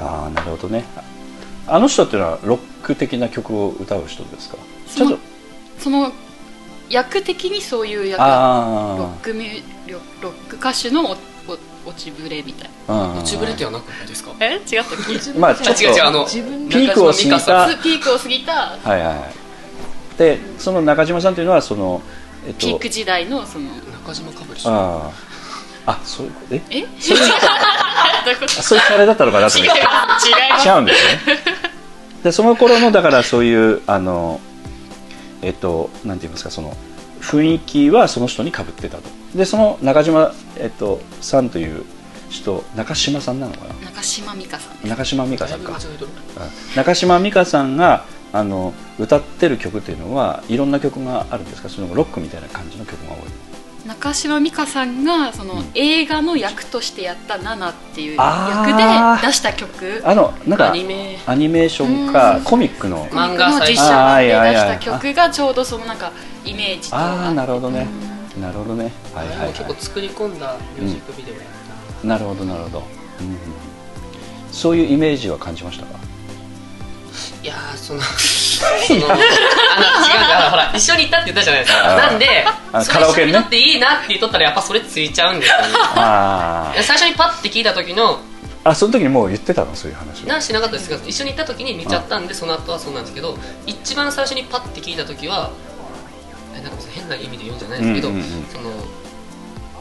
ああなるほどねあの人っていうのはロック的な曲を歌う人ですかち
そ
ょっ
の
と
その役的にそういう役ロッ
あ
クミュロロック歌手のおお落ちぶれみたい
あうん
落ちぶれてはなくないですか
なえ違ったっけ
まあちょっと
違う違うあの
自分
ピークを過ぎ
中島
た
美嘉さん
ピークを過ぎた
はいはいはいでその中島さんというのはそのえっと
ピーク時代のその
中島かぶりあ
あああそういうことえ
え違い
あそういうあれだったのかなと思って
ます
違うんですねでその頃のだからそういうあのえっとなんて言いますかその雰囲気はその人にかぶってたとでその中島、えっと、さんという人中島さんなのかな
中島美嘉さん
中島美嘉
だ
さ
い
ん
ぶ
か
間違えとる
うん中島美嘉さんがあの歌ってる曲っていうのはいろんな曲があるんですかそのロックみたいな感じの曲が多い
中島美嘉さんがその、
うん
映画の役としてやった「ナナ」っていう
あー
役で出した曲
あのなんか
アニメ
アニメーションかコミックの
漫画
の
最
実
初
写版で
あーはいはい
出し
はい
た曲がちょうどそのなんかイメージと
ああなるほどね
うん
なるほどねは
あ
い
れ
はい、
も
はい、
結構作り込んだミュージックビデオやっ
なるほどなるほど、うんうんそういうイメージは感じました
た
か
いやーそのそのあの違うんだほ ら一緒に行ったって言ったじゃないです
あ
か
ー
なんで
あの
そ
カ
れ
ラ
一
オケ
緒
ね
に撮っていいなって言っとったらやっぱそれついちゃうん ですよね
あ
いや最初にパッて聞いた時の
ああその時にもう言ってたのそういう話を
なんしなかったですけど一緒に行った時に見ちゃったんでその後はそうなんですけど一番最初にパッて聞いた時はえなんか変な意味で言うんじゃないですけど、
うんうんうん
その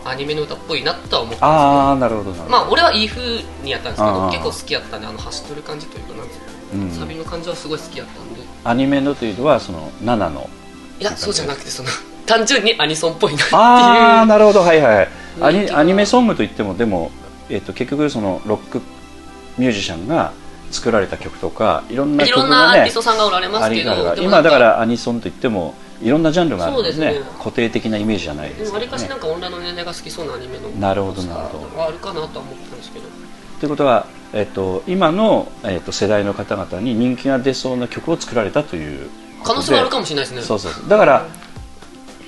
アニメの歌っぽいなとは思って
あ
ま
あなるほどなる
すけど
ほど、
まあ俺はいい風にやったんですけ
あ
ど
あ
結構好きやったんであの走ってる感じというかなんですか
うん
サビの感じはすごい好きやったんで
アニメのというのはその7の
いやそうじゃなくてその 単純にアニソンっぽいなって
ああ
いう
なるほどはいはいア
雰囲
ニ
気が
アニメソングといってもでも、えっと結局そのロックミュージシャンが作られた曲とかいろんない曲
ろんなア
が
ー
ね
ティストさんがおられますけど
ありがある
でもな
今
ん
だからアニソンといってもいろんなジャンルがあるんですね
そうですね
固定的なイメージじゃないです
わ
よね
りかしなんか女の年代が好きそうなアニメの
なるほどなるほど
があるかなとは思ったんですけど
ということは、えっと今の、えっと世代の方々に人気が出そうな曲を作られたという
可
ことで
能性はあるかもしれないですね
そうそうそうだから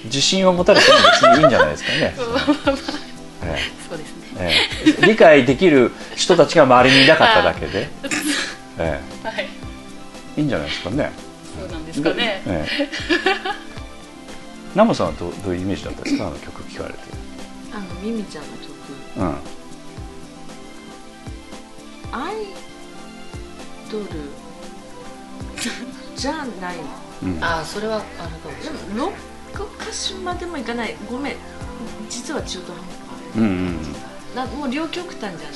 自信を持たれても別にいいんじゃないですかね。
まあまあまあ
ええ
そうですね
ええ理解できる人たちが周りにいなかっただけ で、え
はい
えいいんじゃないですかね。
そうなんですかね
ええ、ナモさんはどうどういうイメージだったんですかあの曲聞かれて。
あのミミちゃんの曲
うん
アイドルじゃない
うん、
ああそれはあれかもし
で
れない
もロック歌手までもいかないごめん実は中途半
うんうん
端なもう両極端じゃない感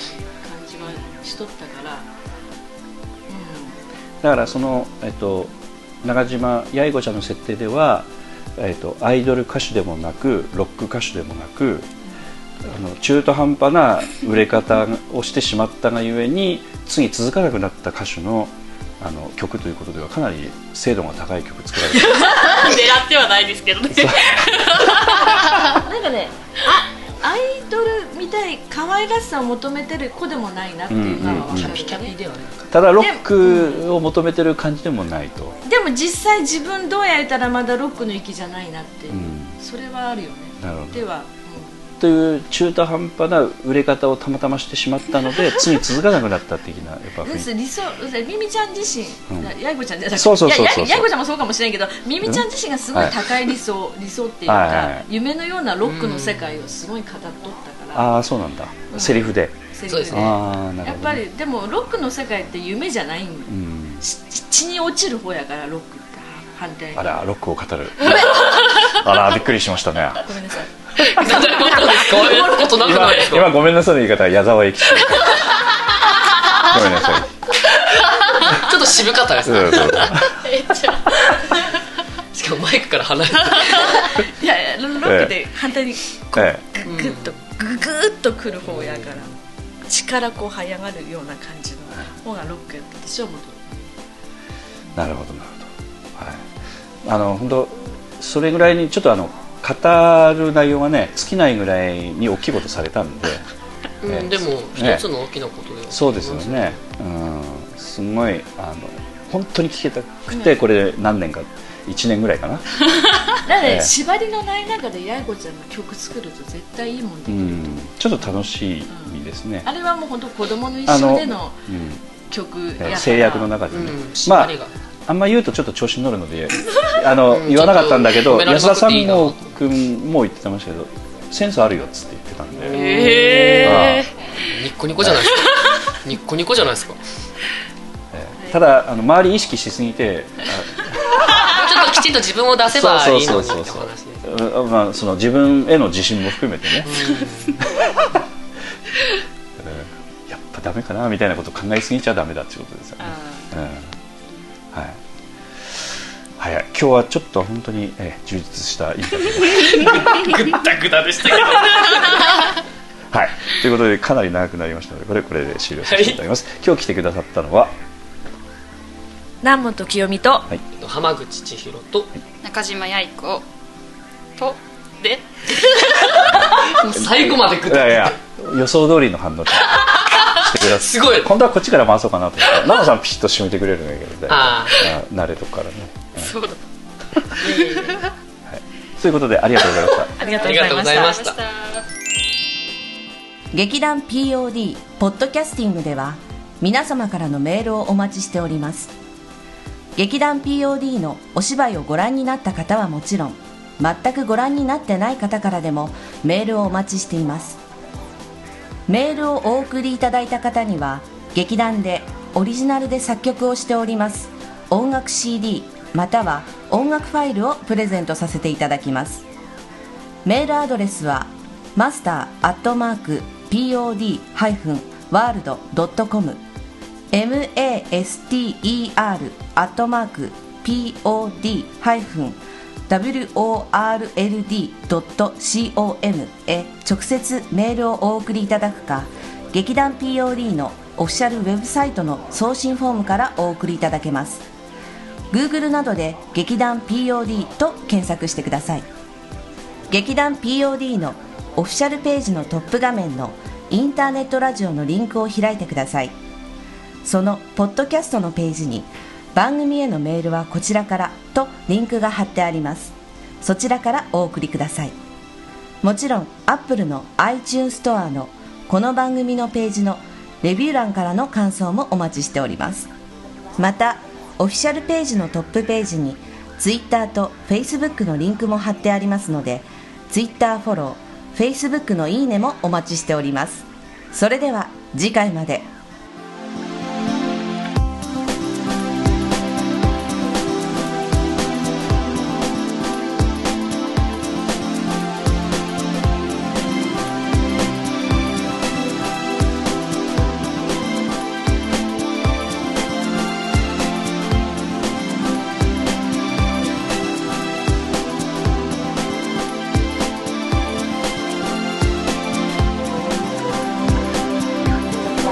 じはしとったから
だからその、えっと、中島八重子ちゃんの設定では、えっと、アイドル歌手でもなくロック歌手でもなくあの中途半端な売れ方をしてしまったがゆえに次続かなくなった歌手のあの曲ということではかなり精度が高い曲作られて る
狙ってはないですけどね
うんなんかねあアイドルみたい可愛らしさを求めてる子でもないなっていうのは分かる
ピ
よ
キャピ
ね
ではないか
ただロックを求めてる感じでもないと、、
でも実際自分どうやったらまだロックの域じゃないなっていううんそれはあるよね
なるほど
では
という中途半端な売れ方をたまたましてしまったので次続かなくなった的なやっぱ雰
で
囲気
す理想ミミちゃん自身、
うん
ややいこちゃんじゃなくて
そうそうそうそう
いやややいこちゃんもそうかもしれんけどミミちゃん自身がすご
う
い
ん
高い理想、理想っていうか、
はいはいはい
夢のようなロックの世界をすごい語っとったから、
ああそうなんだ、
うん
セリフで
セリ
そ
フ
うで
です
ね
ああなる
やっ
ほど
ぱりでもロックの世界って夢じゃないん
うん
し血に落ちる方やからロックって反対に
あらロックを語るあらびっくりしましたね
ごめんなさい
そんなことですかそんなことなく
今
ないですか
今ごめんなさいの言い方は矢沢永吉ごめんなさい
ちょっと渋かったです
そうそう
ね
そう
しかもマイクから離れて
いやいやロロックで反対に
え
ググッとググッとくる方やから力こう這い上がるような感じの方がロックやった私は思う
えなるほどなるほどはいあの本当それぐらいにちょっとあの語る内容がね尽きないぐらいに大きいことされたんで
うんでも
ね
一つの大きなことでは
そうですよね、うん、すごいあの本当に聞けたくて、これ何年か1年ぐらいかな
だから、
ええ
縛りのない中で八重子ちゃんの曲作ると絶対いいもんできる
う
と思う、
んちょっと楽しいですね、
あれはもう本当子供の一
あの
生での
うん
曲やから
え制約の中で
う
ね、
ん
ま
縛
あ
りが
あんま言うとちょっと調子に乗る のであの、
うん
言わなかったんだけど
ちょっと褒められ
安
ま
田
く
さ
ってい
ん
いな
も君も言ってましたけどセンスあるよっつって言ってたんで、
ええ
ニッコニコじゃないですかニッコニコじゃないですかもう
ああただあの周り意識しすぎて
ちょっときちんと自分を出せばいいのにって話で
あうまあ、その自分への自信も含めてね、うん やっぱダメかなみたいなこと考えすぎちゃダメだってことですよね、うんはいはい、今日はちょっと本当に、えー充実したインタビュー
グッダグダでしたけど
はい、ということでかなり長くなりましたのでこれこれで終了させていただきます、今日来てくださったのは
南本清美と
浜口千尋と
中島八重子とで
最後までグ
い
ッダ
やいや予想通りの反応でしてください
すごい
今度はこっちから回そうかなと思ったら奈々さんピシッと締めてくれるんだけどね
あ
あ慣れとくからね
そうだ
ということでありがとうございました
ありが
あ
とう
り
ござ
が
い
とう
ま
ご
し
ざい
た
ました
劇団 POD ポッドキャスティングでは皆様からのメールをお待ちしております劇団 POD のお芝居をご覧になった方はもちろん全くご覧になってない方からでもメールをお待ちしていますメールをお送りいただいた方には劇団でオリジナルで作曲をしております音楽 CD または音楽ファイルをプレゼントさせていただきますメールアドレスはマスターアットマーク pod-world.com master アットマーク pod-world.com へ直接メールをお送りいただくか劇団 POD のオフィシャルウェブサイトの送信フォームからお送りいただけます Google などで劇団 POD と検索してください劇団 POD のオフィシャルページのトップ画面のインターネットラジオのリンクを開いてくださいそのポッドキャストのページに番組へのメールはこちらからとリンクが貼ってありますそちらからお送りくださいもちろん Apple の iTunes ストアのこの番組のページのレビュー欄からの感想もお待ちしておりますまたオフィシャルページのトップページに Twitter と Facebook のリンクも貼ってありますので Twitter フォロー Facebook のいいねもお待ちしておりますそれでは次回まで
キャスティング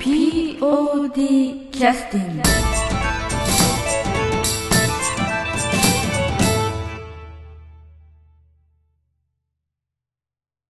POD キャスティング